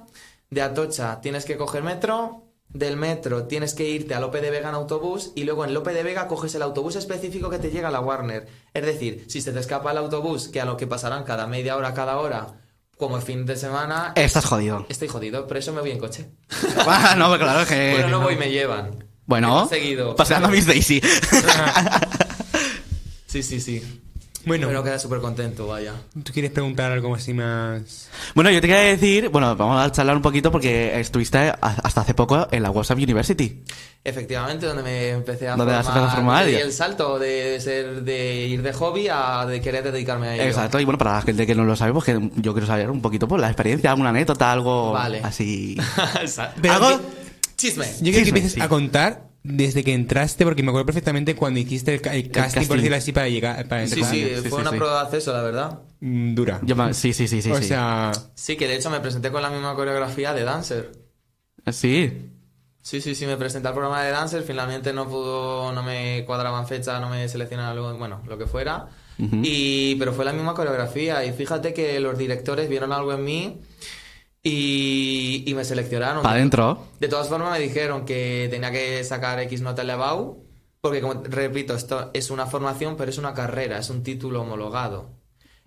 de Atocha tienes que coger metro, del metro tienes que irte a Lope de Vega en autobús y luego en Lope de Vega coges el autobús específico que te llega a la Warner. Es decir, si se te escapa el autobús, que a lo que pasarán cada media hora, cada hora, como el fin de semana,
Estás jodido.
estoy jodido, por eso me voy en coche.
Ah, no, pero claro que.
Bueno, no voy, me llevan.
Bueno,
He seguido.
paseando a Miss Daisy.
Sí, sí, sí.
Bueno,
Pero queda súper contento, vaya.
¿tú quieres preguntar algo así más?
bueno, yo te quería decir, bueno, vamos a charlar un poquito porque estuviste a- hasta hace poco en la WhatsApp University.
Efectivamente, donde me empecé a
Donde has empezado a formar,
y
ya.
el salto de ser de ir de hobby a de querer dedicarme a ello.
Exacto, y bueno, para la gente que no lo sabe, pues que yo quiero saber un poquito por la experiencia, alguna anécdota, algo
Vale.
así.
Exacto.
Pero
Algo-
que-
Chisme.
Yo quiero que
Chisme,
empieces
sí.
a contar desde que entraste, porque me acuerdo perfectamente cuando hiciste el, ca- el casting,
casting.
por decirlo así, para llegar. Para
Sí,
entrar.
sí, fue una
sí.
prueba de acceso, la verdad.
Mm, Dura.
Yo me- sí, sí, sí, sí.
o
sí.
sea,
Sí, que de hecho me presenté con la misma coreografía de Dancer.
sí.
Sí, sí, sí, me presenté al programa de Dancer, finalmente no pudo, no me cuadraban fecha, no me seleccionaban algo, bueno, lo que fuera. y, pero fue la misma coreografía y fíjate que los directores vieron algo en mí y, y me seleccionaron.
Para adentro.
De todas formas me dijeron que tenía que sacar X nota en la EBAU, porque como repito, esto es una formación, pero es una carrera, es un título homologado.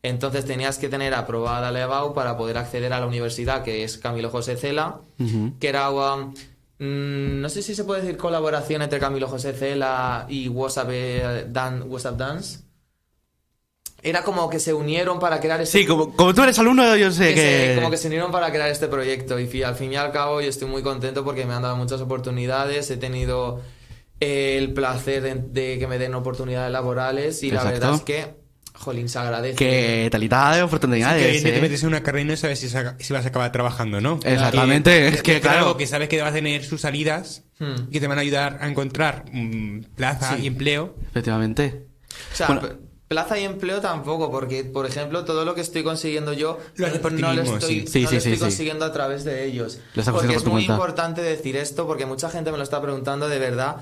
Entonces tenías que tener aprobada la EBAU para poder acceder a la universidad, que es Camilo José Cela, que era... um, mm, no sé si se puede decir colaboración entre Camilo José Cela y WhatsApp, eh, Dan- WhatsApp Dance. Era como que se unieron para crear ese
Sí, como, como tú eres alumno, yo sé
que se-
que.
como que se unieron para crear este proyecto y fi- al fin y al cabo yo estoy muy contento porque me han dado muchas oportunidades, he tenido eh, el placer de, de que me den oportunidades laborales y la
Exacto.
verdad es que, jolín, se agradece.
Que talidad de
que hoy
oportunidades.
en día te
¿eh?
metes en una carrera y no sabes si, sa- si vas a acabar trabajando, ¿no?
Exactamente,
Que-
es que,
hacer algo
claro.
que sabes que vas a tener sus salidas
Hmm.
y que te van a ayudar a encontrar mm, plaza
Sí.
y empleo.
Efectivamente.
O sea,
Bueno.
p- plaza y empleo tampoco, porque, por ejemplo, todo lo que estoy consiguiendo yo
Lo haces por ti
no lo
mismo,
estoy,
Sí,
sí.
no
sí,
lo
sí,
estoy
sí.
consiguiendo a través de ellos.
Lo estás consiguiendo
Porque
por
es
tu
muy
cuenta.
importante decir esto, porque mucha gente me lo está preguntando de verdad.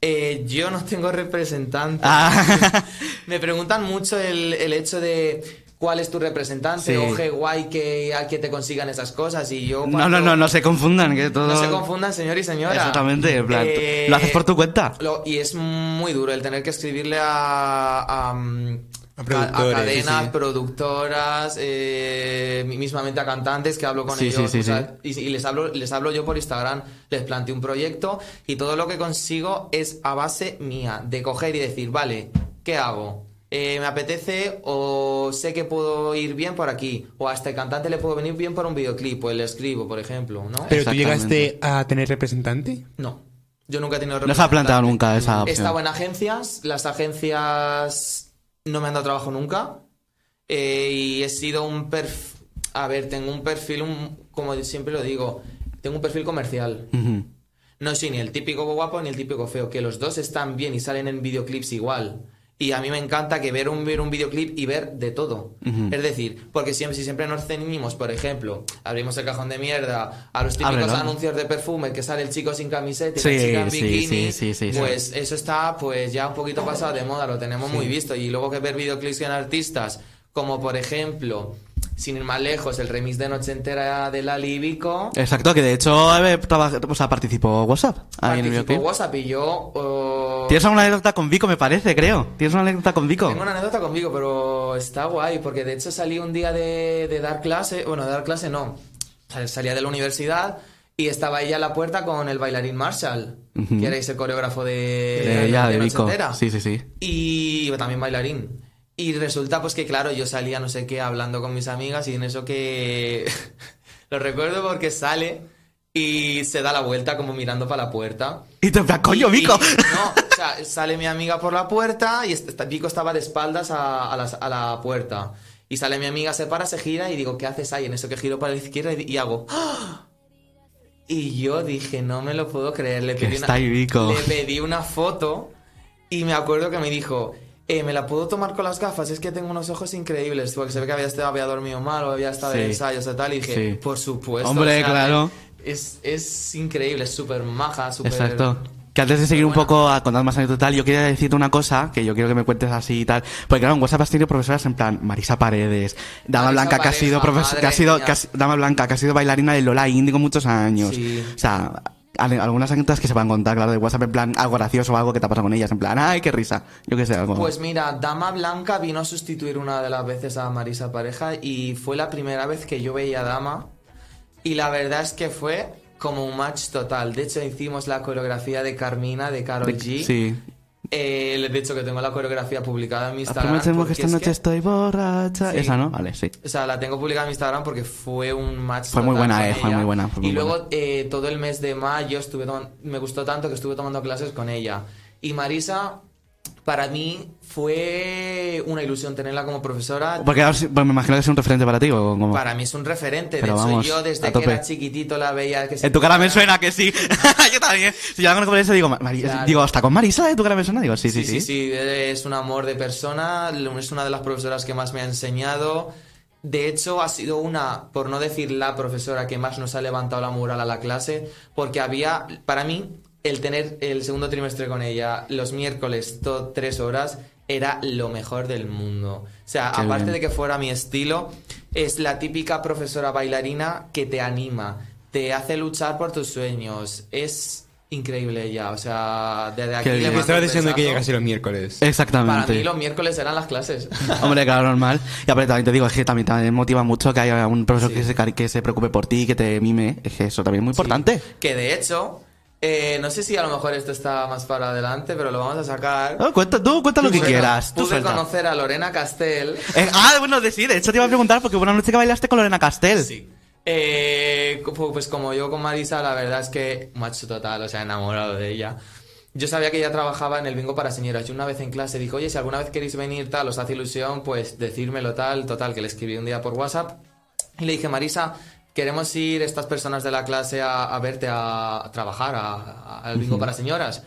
Eh, yo no tengo representante.
Ah.
me preguntan mucho el, el hecho de cuál es tu representante
Sí.
o qué guay que, a que te consigan esas cosas. Y yo
No, no,
cuando-
no, no se confundan, que todo.
no se confundan, señor y señora.
Exactamente, en plan,
Eh,
lo haces por tu cuenta.
lo- y es muy duro el tener que escribirle a. a, mm,
A productores,
cadenas,
sí, sí.
productoras, eh, mismamente a cantantes que hablo con
Sí, sí,
ellos.
sí,
o sea, Y, y les, hablo, les hablo yo por Instagram, les planteo un proyecto y todo lo que consigo es a base mía, de coger y decir, vale, ¿qué hago? Eh, me apetece o sé que puedo ir bien por aquí o a este cantante le puedo venir bien por un videoclip o le escribo, por ejemplo, ¿no?
Pero tú
Exactamente.
llegaste a tener representante.
No. Yo nunca he tenido
No se ha planteado nunca esa
He
opción.
estado en agencias, las agencias no me han dado trabajo nunca. eh, y he sido un perfil. A ver, tengo un perfil, un- como siempre lo digo, tengo un perfil comercial.
Ujú.
No soy ni el típico guapo ni el típico feo, que los dos están bien y salen en videoclips igual. Y a mí me encanta que ver un, ver un videoclip y ver de todo. Es decir, porque siempre, si siempre nos ceñimos, por ejemplo, abrimos el cajón de mierda a los típicos
Ábrelo.
anuncios de perfume que sale el chico sin camiseta y
Sí,
la chica en
sí,
bikini,
sí, sí, sí, sí.
pues eso está pues ya un poquito pasado de moda, lo tenemos muy visto. Y luego que ver videoclips en artistas, como por ejemplo, sin ir más lejos, el remix de Noche Entera de Lali y Vico.
Exacto, que de hecho eh, traba- o sea, participó WhatsApp. ahí en el
Participó
videoclip.
WhatsApp y yo... eh,
Tienes alguna anécdota con Vico, me parece, creo. Tienes una anécdota con Vico.
Tengo una anécdota conmigo, pero está guay, porque de hecho salí un día de, de dar clase, bueno, de dar clase no, Sal- salía de la universidad y estaba ella a la puerta con el bailarín Marshall,
Ujú.
que eres el coreógrafo de...
Eh, De ella, de
Noche
Vico.
Entera.
Sí, sí, sí.
Y también bailarín. Y resulta pues que claro, yo salía no sé qué hablando con mis amigas y en eso que lo recuerdo porque sale y se da la vuelta como mirando para la puerta.
Y te en plan, coño,
Y-
Vico.
y- no, o sea, sale mi amiga por la puerta y est- Vico estaba de espaldas a, a las- a la puerta. Y sale mi amiga, se para, se gira y digo, ¿qué haces ahí? En eso que giro para la izquierda y, y hago... ¡Ah! Y yo dije, no me lo puedo creer. Le
Que
pedí, una,
está ahí Vico.
le pedí una foto y me acuerdo que me dijo, eh, ¿me la puedo tomar con las gafas? Es que tengo unos ojos increíbles, porque se ve que había, estado, había dormido mal o había estado en
Sí.
ensayos o tal, y dije,
Sí.
por supuesto.
Hombre,
o sea,
claro.
Es, es increíble, es súper maja, súper...
Exacto. Que antes de seguir un poco a contar más anécdotas, tal, yo quería decirte una cosa que yo quiero que me cuentes así y tal. Porque claro, en WhatsApp has tenido profesoras en plan Marisa Paredes, Dama
Marisa
Blanca, que ha
Paredes, ah,
sido profes-
madre
que ha sido,
mía.
que ha si- Dama Blanca, que ha sido bailarina de Lola Índigo muchos años.
Sí.
O sea, ale- algunas anécdotas que se van a contar, claro, de WhatsApp en plan algo gracioso o algo que te ha pasado con ellas, en plan, ay, qué risa. Yo qué sé, algo.
Pues mira, Dama Blanca vino a sustituir una de las veces a Marisa Pareja y fue la primera vez que yo veía a Dama y la verdad es que fue como un match total. De hecho, hicimos la coreografía de Carmina, de Karol
De-
G.
Sí.
Eh, de hecho, que tengo la coreografía publicada en mi Instagram.
Aprovechemos Ah, que
porque
esta
es
noche estoy borracha.
Sí.
Esa, ¿no? Vale, sí.
O sea, la tengo publicada en mi Instagram porque fue un match.
Fue muy
total
buena,
con
eh, fue
ella.
muy buena, fue muy
y luego eh, todo el mes de mayo estuve toman- me gustó tanto que estuve tomando clases con ella. Y Marisa, para mí, fue una ilusión tenerla como profesora.
Porque ahora sí- bueno, me imagino que es un referente para ti o como.
Para mí es un referente.
Pero
de hecho,
vamos,
yo
a
desde que
tope.
era chiquitito la veía. Que se-
En tu cara me suena que sí. yo también. Si yo la conozco por eso, digo, Mari-
Claro.
digo, ¿hasta con Marisa de tu cara me suena? Digo, sí, sí,
Sí,
sí.
sí, sí, es un amor de persona, es una de las profesoras que más me ha enseñado. De hecho, ha sido una, por no decir la profesora que más nos ha levantado la moral a la clase, porque había, para mí, el tener el segundo trimestre con ella los miércoles, to- tres horas, era lo mejor del mundo. O sea,
Qué
aparte
bien.
de que fuera mi estilo, es la típica profesora bailarina que te anima, te hace luchar por tus sueños. Es increíble ella, o sea, desde aquí...
Qué
le
bien. Eh, Te
mando
Me estaba
un
diciendo que
besazo.
llegase los miércoles.
Para mí
Exactamente.
los miércoles eran las clases.
Hombre, claro, normal. Y aparte también te digo, es que también, también motiva mucho que haya un profesor que, se, cari- que se preocupe por ti, que te mime. Es que eso también es muy importante.
que de hecho, eh, no sé si a lo mejor esto está más para adelante, pero lo vamos a sacar.
Ah, cuenta, tú cuenta lo que
Bueno,
quieras. Tú
Pude
suelta.
conocer a Lorena Castell.
Eh, ah, bueno, de- sí, de hecho te iba a preguntar porque hubo una noche que bailaste con Lorena Castel.
Eh, pu- pues como yo con Marisa, la verdad es que macho total, o sea, enamorado de ella. Yo sabía que ella trabajaba en el bingo para señoras y una vez en clase dijo, oye, si alguna vez queréis venir tal, os hace ilusión, pues decírmelo tal, total, que le escribí un día por WhatsApp y le dije, Marisa, queremos ir estas personas de la clase a, a verte a, a trabajar a- a- al bingo para señoras.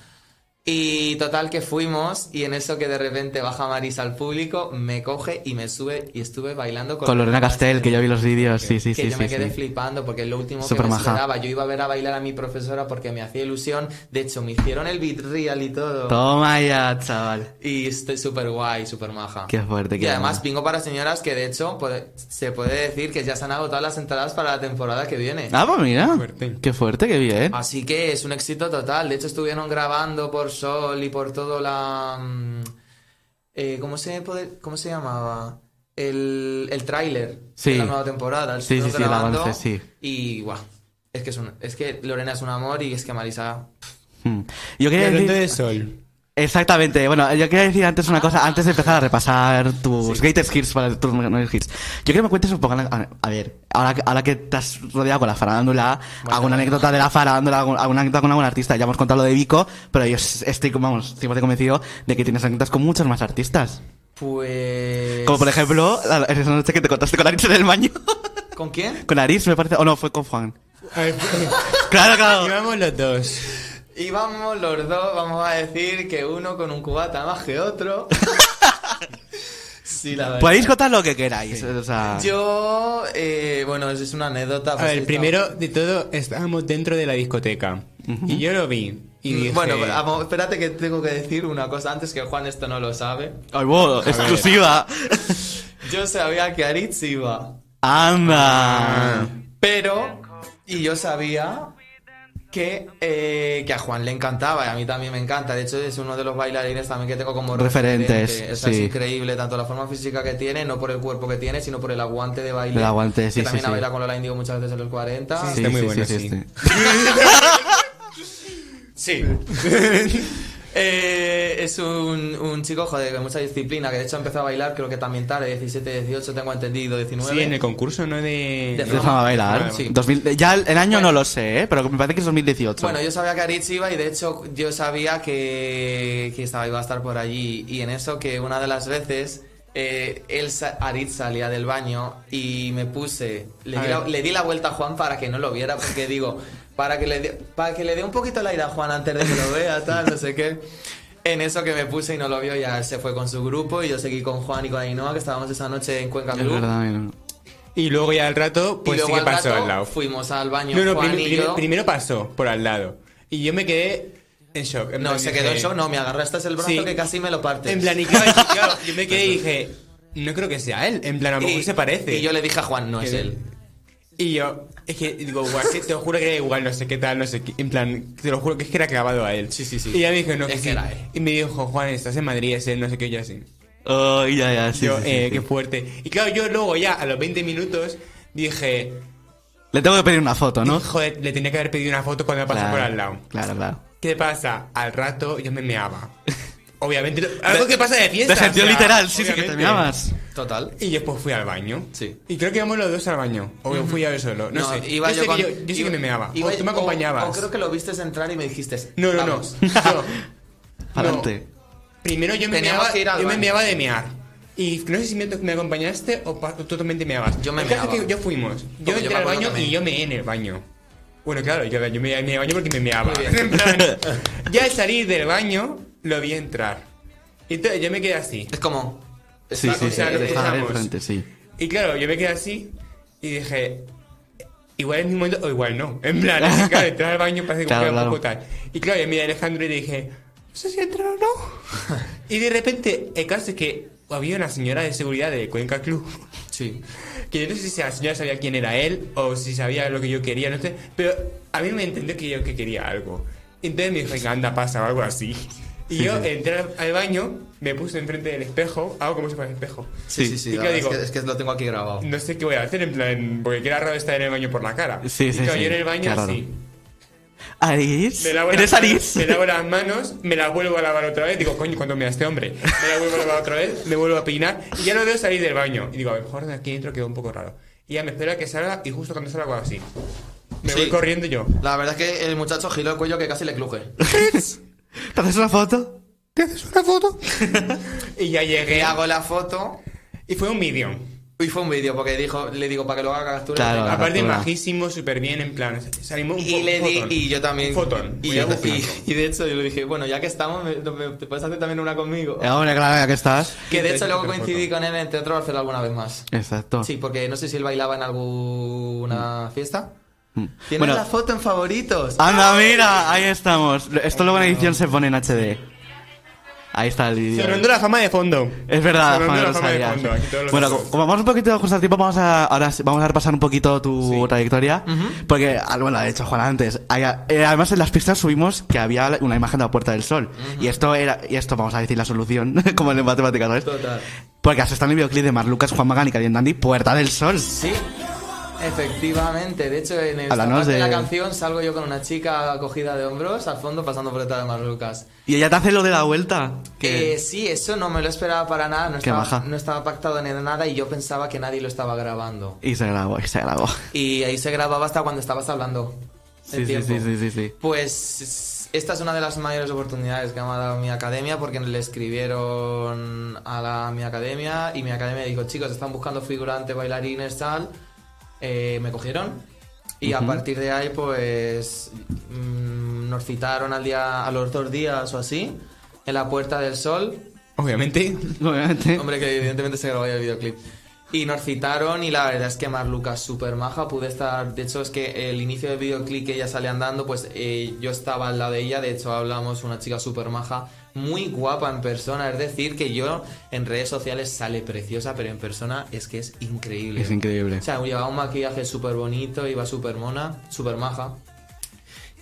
Y total que fuimos y en eso que de repente baja Marisa al público, me coge y me sube y estuve bailando con,
Con Lorena Castel, que yo vi los vídeos. Sí, sí,
que
sí.
yo
sí,
me quedé
sí.
flipando porque es lo último
Súper
que me
maja.
esperaba. Yo iba a ver a bailar a mi profesora porque me hacía ilusión. De hecho, me hicieron el beat real y todo.
Toma ya, chaval.
Y estoy súper guay, súper maja.
Qué fuerte,
Y
qué
además,
bueno.
bingo para señoras que de hecho puede- se puede decir que ya se han agotado las entradas para la temporada que viene.
Ah, pues mira.
Fuerte.
Qué fuerte, qué bien.
Así que es un éxito total. De hecho, estuvieron grabando por Sol y por todo la. mm, eh, ¿cómo, se puede- ¿Cómo se llamaba? El, el tráiler
Sí.
de la nueva temporada.
Sí, sí,
Estuvieron
sí, el
grabando
avance, sí.
Y guau. Es que, es, un- es que Lorena es un amor y es que Marisa.
Hmm. Yo
Y
quería
hablando
decir...
de sol.
Exactamente, bueno, yo quería decir antes una cosa, antes de empezar a repasar tus greatest hits para tus menores hits. Yo quiero que me cuentes un poco, a a ver, ahora, que- ahora que te has rodeado con la farándula, alguna anécdota de la farándula, algún- alguna anécdota con algún artista, ya hemos contado lo de Vico, pero yo s- estoy, como- vamos, siempre convencido de que tienes anécdotas con muchos más artistas.
Pues.
Como por ejemplo, la- esa noche que te contaste con Aris en el baño.
¿Con quién?
con Aris, me parece, o no, fue con Juan.
A ver,
Claro, claro.
Llevamos los dos.
Y vamos los dos, vamos a decir que uno con un cubata más que otro. sí, la verdad.
Podéis contar lo que queráis, o sea...
Yo, eh, bueno, es es una anécdota.
A
pues
ver,
esto-
primero de todo, estábamos dentro de la discoteca. Y yo lo vi. Y dije,
Mm, Bueno, pero, amo, espérate que tengo que decir una cosa antes que Juan esto no lo sabe.
Ay, wow, exclusiva.
Yo sabía que Aritz iba,
Ah,
Anda.
pero y yo sabía que, eh, que a Juan le encantaba y a mí también me encanta. De hecho es uno de los bailarines también que tengo como
Referentes,
referente. O sea,
sí.
Es increíble tanto la forma física que tiene, no por el cuerpo que tiene, sino por el aguante de baile.
El aguante, sí,
Que
sí,
también
sí.
ha bailado con Lola Indigo muchas veces en los 40.
Sí, Está muy bueno, sí.
este.
Sí. Eh, es un, un chico, joder, con mucha disciplina, que de hecho empezó a bailar, creo que también tarde, 17, 18, tengo entendido, 19.
sí, en el concurso, ¿no? De...
De
De fama bailar.
Sí.
2000 ya el, el año no lo sé, ¿eh? pero me parece que es 2018.
Bueno, yo sabía que Aritz iba y de hecho yo sabía que, que estaba, iba a estar por allí. Y en eso que una de las veces eh, él sa- Aritz salía del baño y me puse... Le
A
di, la,
ver.
le di la vuelta a Juan para que no lo viera, porque digo, para que le dé para que le dé un poquito el aire a Juan antes de que lo vea, tal, no sé qué. en eso que me puse y no lo vio, ya se fue con su grupo y yo seguí con Juan y con Ainhoa, que estábamos esa noche en Cuenca
Es
Club.
verdad, no.
Y luego ya al rato,
y
pues sí
luego
que
al
pasó
rato
al lado.
fuimos al baño
No, no,
Juan
prim-
y
prim-
yo.
primero pasó por al lado. Y yo me quedé en shock. En
no,
plan,
se
dije-
quedó yo, no, me agarraste el brazo
Sí.
que casi me lo partes.
En plan, y claro, y claro, yo me quedé y dije, no creo que sea él. En plan, a lo mejor se parece.
Y yo le dije a Juan, no es
Que-
él.
Y yo, es que digo, igual, que te lo juro que era igual, no sé qué tal, no sé qué. En plan, te lo juro que es que era clavado a él.
Sí, sí, sí.
Y ella me dijo, no,
Es
que
que
sí.
era él.
Y me dijo, Juan, estás en Madrid, es él, no sé qué, yo así.
Oh, ya, ya, sí.
yo,
sí, sí,
eh,
sí.
qué fuerte. Y claro, yo luego ya, a los 20 minutos, dije,
Le tengo que pedir una foto, ¿no?
joder, le tenía que haber pedido una foto cuando me pasó
Claro,
por al lado.
Claro, claro.
¿Qué pasa? Al rato yo me meaba. Obviamente, lo- algo que pasa de fiesta.
De sentido
o sea,
literal, sí, sí, que te
obviamente.
mirabas.
Total.
Y después fui al baño.
Sí.
Y creo que íbamos los dos al baño. O yo fui yo solo. No, sé.
iba
yo,
yo
sé
con-
que yo, yo sí que
iba-
me meaba.
iba
o tú
yo-
me acompañabas.
O, creo que lo viste entrar y me dijiste.
No, no, no.
vamos.
Yo-
Pa'lante.
Primero yo me
Teníamos
meaba,
que ir al
yo me
baño.
meaba de mear. Y no sé si me, me acompañaste o, pa- o totalmente meabas.
Yo me
El caso es
meaba.
que yo fuimos.
yo
Yo
me
entré al
acuerdo
baño
también.
y yo meé en el baño. Bueno, claro, yo, yo me meé en el baño porque me meaba.
Muy bien.
En plan, ya al salir del baño, lo vi entrar. Y entonces yo me quedé así.
Es como.
Sí,
está-
sí,
o
sí.
sea,
lo
Estaba de
dejamos.
frente, sí.
Y claro, yo me quedé así y dije, igual es mi momento o igual no. En plan, así, claro, entrar al baño parece que
Claro,
fue un
claro.
poco tal. Y claro, yo miré a Alejandro y le dije, no sé si entrar o no. y de repente, el caso es que había una señora de seguridad de Cuenca Club.
Sí.
Que yo no sé si la señora sabía quién era él o si sabía lo que yo quería, no sé. Pero a mí me entendió que yo que quería algo. Entonces me dijo, venga, anda, pasa o algo así. Y yo entré al- al baño, me puse enfrente del espejo, hago como si fuera el espejo.
Sí, sí,
Y
sí.
claro,
ahora es,
digo-
que, es que lo tengo aquí grabado.
No sé qué voy a hacer, en plan, porque era raro estar en el baño por la cara.
Sí,
y
sí,
claro,
sí,
Yo en el baño
qué raro.
así.
¿Aris?
Me lavo,
¿Eres
las,
Aris?
me lavo las manos, me las vuelvo a lavar otra vez. Digo, coño, cuando me da este hombre? Me las vuelvo a lavar otra vez, me vuelvo a peinar y ya lo veo salir del baño. Y digo, a lo mejor de aquí dentro quedó un poco raro. Y ya me espero a que salga y justo cuando salga hago así. Me
Sí.
voy corriendo yo.
La verdad es que el muchacho giró el cuello que casi le cruje.
¿Te haces una foto?
¿Te haces una foto? y ya
Le
llegué.
hago la foto
Y fue un vídeo.
y fue un vídeo porque dijo, le digo para que lo haga captura.
Claro. La
Aparte,
captura.
majísimo, súper bien, en plan. Salimos un
Y
fo-
le di,
fotón.
y yo también.
Un fotón.
Y,
Voy
yo-
a buscar
y-
otro.
y de hecho yo le dije, bueno, ya que estamos, me- me- ¿te puedes hacer también una conmigo?
Eh, Hombre, claro, ya que estás.
Que de hecho luego
Perfecto.
coincidí con él en el Teatro Barcelona alguna vez más.
Exacto.
Sí, porque no sé si él bailaba en alguna fiesta.
Mm.
¿Tienes
Bueno, Ah,
la foto en favoritos?
anda, mira, ahí estamos. Esto luego en edición se pone en HD. Ahí está el vídeo.
Sonando la fama de fondo.
Es verdad,
Sonando
Juan,
la
lo
fama de
sabía.
fondo, aquí todos los
Bueno,
días.
como como vamos un poquito a ajustar tiempo, vamos a, ahora sí- vamos a repasar un poquito tu trayectoria. Porque algo lo ha hecho Juan antes. Hay a- eh, además, en las pistas subimos que había una imagen de la Puerta del Sol. Y esto era, y esto vamos a decir la solución, como en matemáticas, ¿sabes?
Total.
Porque has estado en el videoclip de Mar Lucas, Juan Magán y Karien Dandy, Puerta del Sol.
Sí, efectivamente. De hecho, en el
Háblanos
parte de... la
de-
canción salgo yo con una chica cogida de hombros al fondo pasando por detrás de Marlucas.
Y ella te hace lo de la vuelta.
Eh, sí, eso no me lo esperaba para nada. No
Qué maja.
estaba, no estaba pactado ni nada y yo pensaba que nadie lo estaba grabando.
Y se grabó, y se grabó.
Y ahí se grababa hasta cuando estabas hablando.
Sí,
el
sí,
tiempo.
sí, sí, sí, sí.
Pues esta es una de las mayores oportunidades que me ha dado mi academia porque le escribieron a la, mi academia y mi academia dijo, chicos, están buscando figurante, bailarines, tal. Eh, me cogieron y a partir de ahí pues mm, nos citaron al día, a los dos días o así en la Puerta del Sol
Obviamente.
Obviamente.
Hombre, que evidentemente se grabó ya el videoclip. Y nos citaron y la verdad es que Mar Lucas súper maja, pude estar, de hecho es que el inicio del videoclip que ella sale andando, pues eh, yo estaba al lado de ella, de hecho hablamos, una chica súper maja, muy guapa en persona, es decir, que yo en redes sociales sale preciosa, pero en persona es que es increíble.
Es increíble.
O sea, llevaba un maquillaje súper bonito, iba súper mona, súper maja.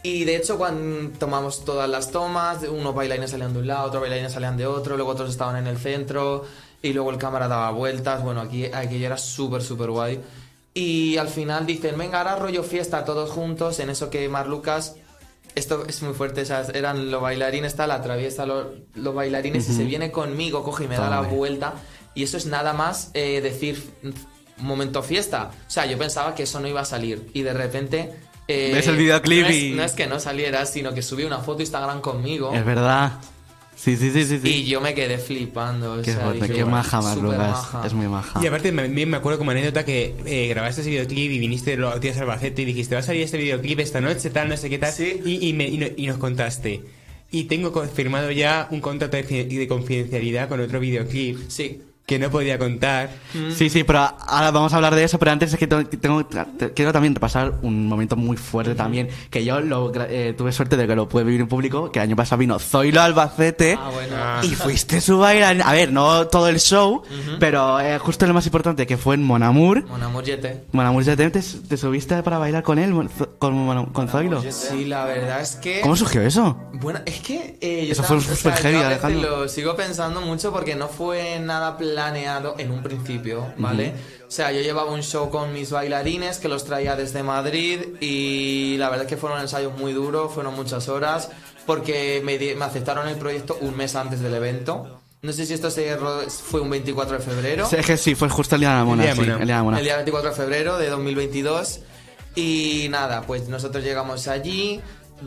Y de hecho, cuando tomamos todas las tomas, unos bailarines salían de un lado, otros bailarines salían de otro, luego otros estaban en el centro, y luego el cámara daba vueltas. Bueno, aquí aquello era súper, súper guay. Y al final dicen, venga, ahora rollo fiesta todos juntos, en eso que Mar Lucas. Esto es muy fuerte, o sea, eran los bailarines, tal, atraviesa lo- los bailarines y se viene conmigo, coge y me da la
Vale.
vuelta. Y eso es nada más eh, decir mm, momento fiesta. O sea, yo pensaba que eso no iba a salir. Y de repente. eh,
Ves el videoclip
no es-
y-
no es que no saliera, sino que subí una foto a Instagram conmigo
Es verdad. Sí, sí, sí, sí. sí.
y yo me quedé flipando. o
Qué
sea,
fuerte,
dije,
qué
"Guau,
maja, Mar
súper
Lucas.
maja".
Es muy
Ah.
maja.
Y aparte, me- bien me acuerdo como anécdota que eh, grabaste ese videoclip y viniste los días a Albacete y dijiste, va a salir este videoclip esta noche, tal, no sé qué tal.
Sí.
Y, y me- y no- y nos contaste. Y tengo confirmado ya un contrato de fi- de confidencialidad con otro videoclip
Sí.
que no podía contar.
Mm.
Sí, sí, pero ahora vamos a hablar de eso, pero antes es que tengo, tengo- te- quiero también repasar un momento muy fuerte
Mm.
también, que yo lo gra- eh, tuve suerte de que lo pude vivir en público, que el año pasado vino Zoilo Albacete
Ah, bueno.
y fuiste su bailarina, a ver, no todo el show, pero eh, justo lo más importante que fue en Monamur.
Mon Amour Yete.
Monamur, ¿ya te, te, te subiste para bailar con él, Mon- Zo- con, Mon- con Zoilo?
Sí, la verdad es que...
¿Cómo surgió eso?
Bueno, es que... eh, yo
Eso fue
tam-
súper
yo
heavy,
a veces
Alejandro.
Lo sigo pensando mucho porque no fue nada planeado en un principio, ¿vale? O sea, yo llevaba un show con mis bailarines que los traía desde Madrid y la verdad es que fueron ensayos muy duros, fueron muchas horas porque me, di- me aceptaron el proyecto un mes antes del evento. No sé si esto se ro- fue un 24 de febrero.
Sí, es que sí, fue justo el día de la mona.
El día
sí,
de Mona.
el día de la mona.
El día 24 de febrero de 2022. Y nada, pues nosotros llegamos allí,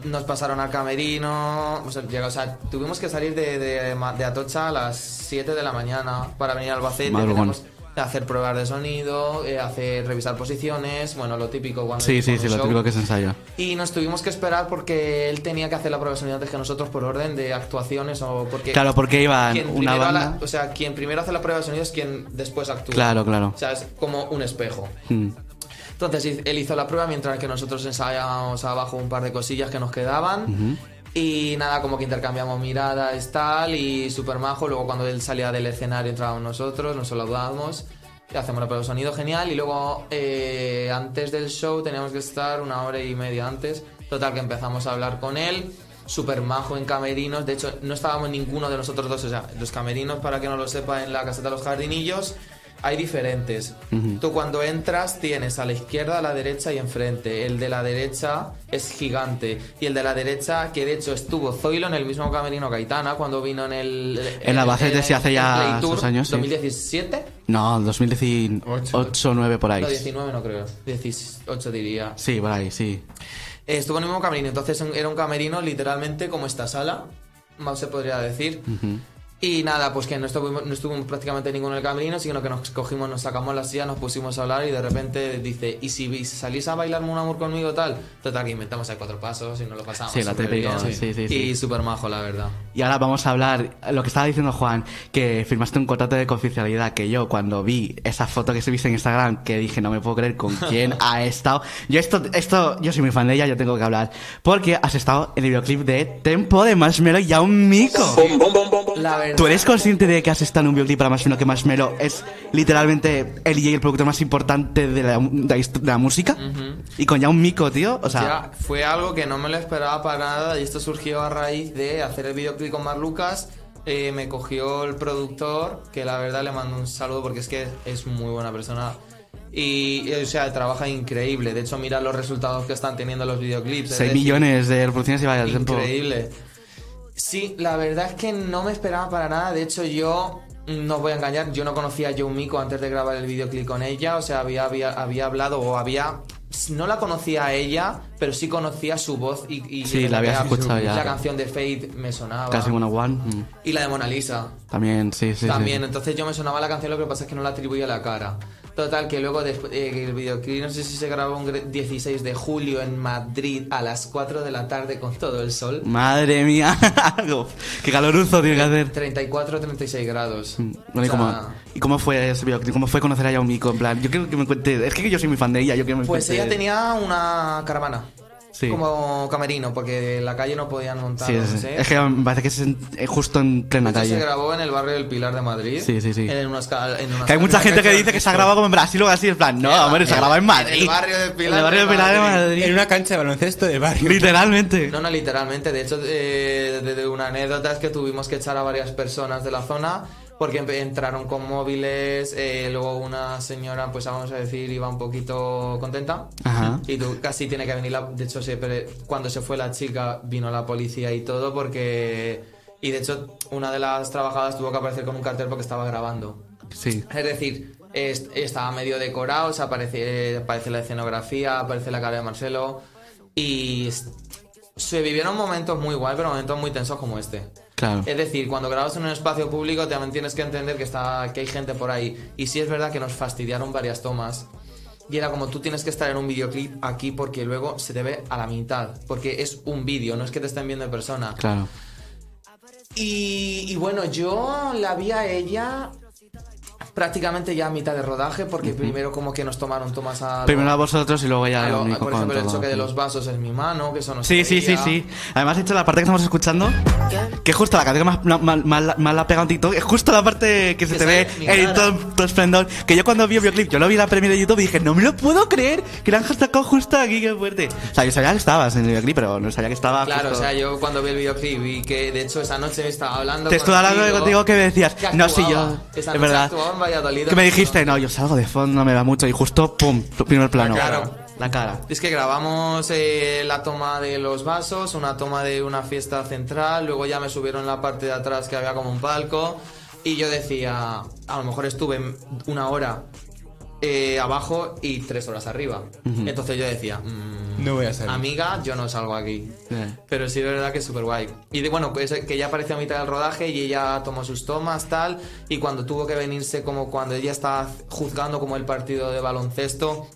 nos pasaron al camerino. O sea, llega- o sea, tuvimos que salir de, de, de Atocha a las 7 de la mañana para venir al Albacete.
Madrugón.
Teníamos que hacer pruebas de sonido, eh, hacer revisar posiciones, bueno, lo típico cuando
Sí, sí,
cuando
sí,
un
lo
show.
típico que se ensaya.
Y nos tuvimos que esperar porque él tenía que hacer la prueba de sonido antes que nosotros por orden de actuaciones o porque
Claro, porque iban
quien
una
primero
banda.
la- o sea, quien primero hace la prueba de sonido es quien después actúa.
Claro, claro.
O sea, es como un espejo.
Mm.
Entonces hiz- él hizo la prueba mientras que nosotros ensayábamos abajo un par de cosillas que nos quedaban. Y nada, como que intercambiamos miradas, tal, y super majo. Luego cuando él salía del escenario entrábamos nosotros, nos saludábamos, y hacemos la prueba de sonido genial. Y luego eh, antes del show teníamos que estar una hora y media antes. Total, que empezamos a hablar con él. Super majo en camerinos. De hecho, no estábamos ninguno de nosotros dos. O sea, los camerinos, para que no lo sepa, en la caseta de los jardinillos hay diferentes. Tú cuando entras tienes a la izquierda, a la derecha y enfrente. El de la derecha es gigante. Y el de la derecha, que de hecho estuvo Zoilo en el mismo camerino que Aitana cuando vino en el...
En Albacete se hace ya
Play Tour
sus años, sí.
2017.
No, 2018 o 9 por ahí.
No, 19 no creo. 18 diría.
Sí, por ahí, sí.
Eh, estuvo en el mismo camerino, entonces en- era un camerino literalmente como esta sala, más se podría decir. Y nada, pues que no estuvimos, no estuvimos prácticamente ninguno en el camerino, sino que nos cogimos, nos sacamos la silla, nos pusimos a hablar y de repente dice, ¿y si vi- salís a bailar un amor conmigo tal? Total, que inventamos ahí cuatro pasos y nos lo pasamos.
Sí, la
súper
típica,
bien.
sí, sí, sí.
Y súper majo, la verdad.
Y ahora vamos a hablar, lo que estaba diciendo Juan, que firmaste un contrato de confidencialidad, que yo cuando vi esa foto que subiste en Instagram, que dije, no me puedo creer con quién ha estado. Yo esto, esto, yo soy muy fan de ella, yo tengo que hablar. Porque has estado en el videoclip de Tempo de Marshmello y a un mico.
La verdad.
¿Tú eres consciente de que has estado en un videoclip para Marshmello que Marshmello es literalmente el DJ, el productor más importante de la, de la hist- de la música? Y con ya un mico, tío, o sea...
Ya, fue algo que no me lo esperaba para nada y esto surgió a raíz de hacer el videoclip con Mar Lucas. Eh, me cogió el productor, que la verdad le mando un saludo porque es que es muy buena persona. Y, y, o sea, trabaja increíble. De hecho, mira los resultados que están teniendo los videoclips. es
6
decir,
millones de reproducciones y vaya el tiempo.
Increíble. Sí, la verdad es que no me esperaba para nada. De hecho, yo mm, no os voy a engañar, yo no conocía a Joe Miko antes de grabar el videoclip con ella. O sea, había, había, había hablado o había. No la conocía a ella, pero sí conocía su voz y, y-
Sí, la habías escuchado ya.
La canción de Fade me sonaba.
Casi una one. mm.
Y la de Mona Lisa.
También, sí, sí. sí.
También, entonces yo me sonaba la canción, lo que pasa es que no la atribuía la cara. Total, que luego después, el videoclip, no sé si se grabó un gre- 16 de julio en Madrid a las 4 de la tarde con todo el sol.
Madre mía, qué caloruzo tiene que hacer.
34, 36 grados.
Bueno, ¿y,
O sea,
cómo, y cómo fue ese videoclip? ¿Cómo fue conocer a Yaumiko? En plan, yo quiero que me cuente. Es que yo soy muy fan de ella, yo quiero que me
Pues
cuente-
ella tenía una caravana.
Sí.
Como camerino, porque en la calle no podían montar.
Sí,
no
sí, sí.
sé.
es que me parece que es en- eh, justo en plena
Esto se
calle.
grabó en el barrio del Pilar de Madrid.
Sí, sí, sí.
En unas cal- en unas
Que hay mucha
calles
gente que
han
dice que se ha
visto.
grabado como en Brasil o así. En plan, no, hombre, se
en-
graba en Madrid.
en el barrio del Pilar
En el barrio
de
del Pilar de
Madrid.
Madrid.
En una cancha de baloncesto de barrio.
Literalmente.
No, no, literalmente. De hecho, eh, de, de una anécdota es que tuvimos que echar a varias personas de la zona porque empe- entraron con móviles. eh, luego una señora, pues vamos a decir, iba un poquito contenta.
Ajá.
Y tú casi tiene que venir la... De hecho, siempre, cuando se fue la chica, vino la policía y todo porque... Y de hecho, una de las trabajadoras tuvo que aparecer con un cartel porque estaba grabando.
Sí.
Es decir, es- estaba medio decorado, o sea, aparece, aparece la escenografía, aparece la cara de Marcelo. Y es- se vivieron momentos muy guay, pero momentos muy tensos como este.
Claro.
Es decir, cuando grabas en un espacio público también tienes que entender que, está, que hay gente por ahí. Y sí es verdad que nos fastidiaron varias tomas. Y era como tú tienes que estar en un videoclip aquí porque luego se te ve a la mitad. Porque es un vídeo, no es que te estén viendo en persona.
Claro.
Y, y bueno, yo la vi a ella prácticamente ya a mitad de rodaje, porque primero como que nos tomaron tomas a... lo-
Primero a vosotros y luego ya
a lo-
lo único
por ejemplo,
con
el
todo.
choque de los vasos en mi mano, que eso no
Sí, sí,
se
sí,
veía.
sí. Además, de hecho, la parte que estamos escuchando, que es justo la canción que más, más, más- más la ha pegado en TikTok, es justo la parte que se
Que
te
sale
ve
mi
en
cara.
todo, todo esplendor. Que yo cuando vi el videoclip, yo lo vi en la premiere de YouTube y dije, no me lo puedo creer, que la han sacado justo aquí, qué fuerte. O sea, yo sabía que estabas en el videoclip, pero no sabía que estaba
Claro, o
Ah, justo-
sea, yo cuando vi el videoclip y que de hecho esa noche estaba hablando
Te estuve hablando contigo que me decías,
que
no, sí, yo,
actuaba. Esa
es
noche
verdad.
actuaba en Valladolid,
Que me
¿no?
dijiste, no, yo salgo de fondo, no me va mucho, y justo, pum, tu primer plano.
cara.
La cara.
Es que grabamos eh, la toma de los vasos, una toma de una fiesta central, luego ya me subieron la parte de atrás que había como un palco y yo decía, a lo mejor estuve una hora eh, abajo y tres horas arriba. Entonces yo decía, mm,
No voy a salir.
amiga, yo no salgo aquí.
Eh.
Pero sí, de verdad que es súper guay. Y de- bueno, pues, eh, que ya apareció a mitad del rodaje y ella tomó sus tomas, tal. Y cuando tuvo que venirse, como cuando ella estaba juzgando como el partido de baloncesto,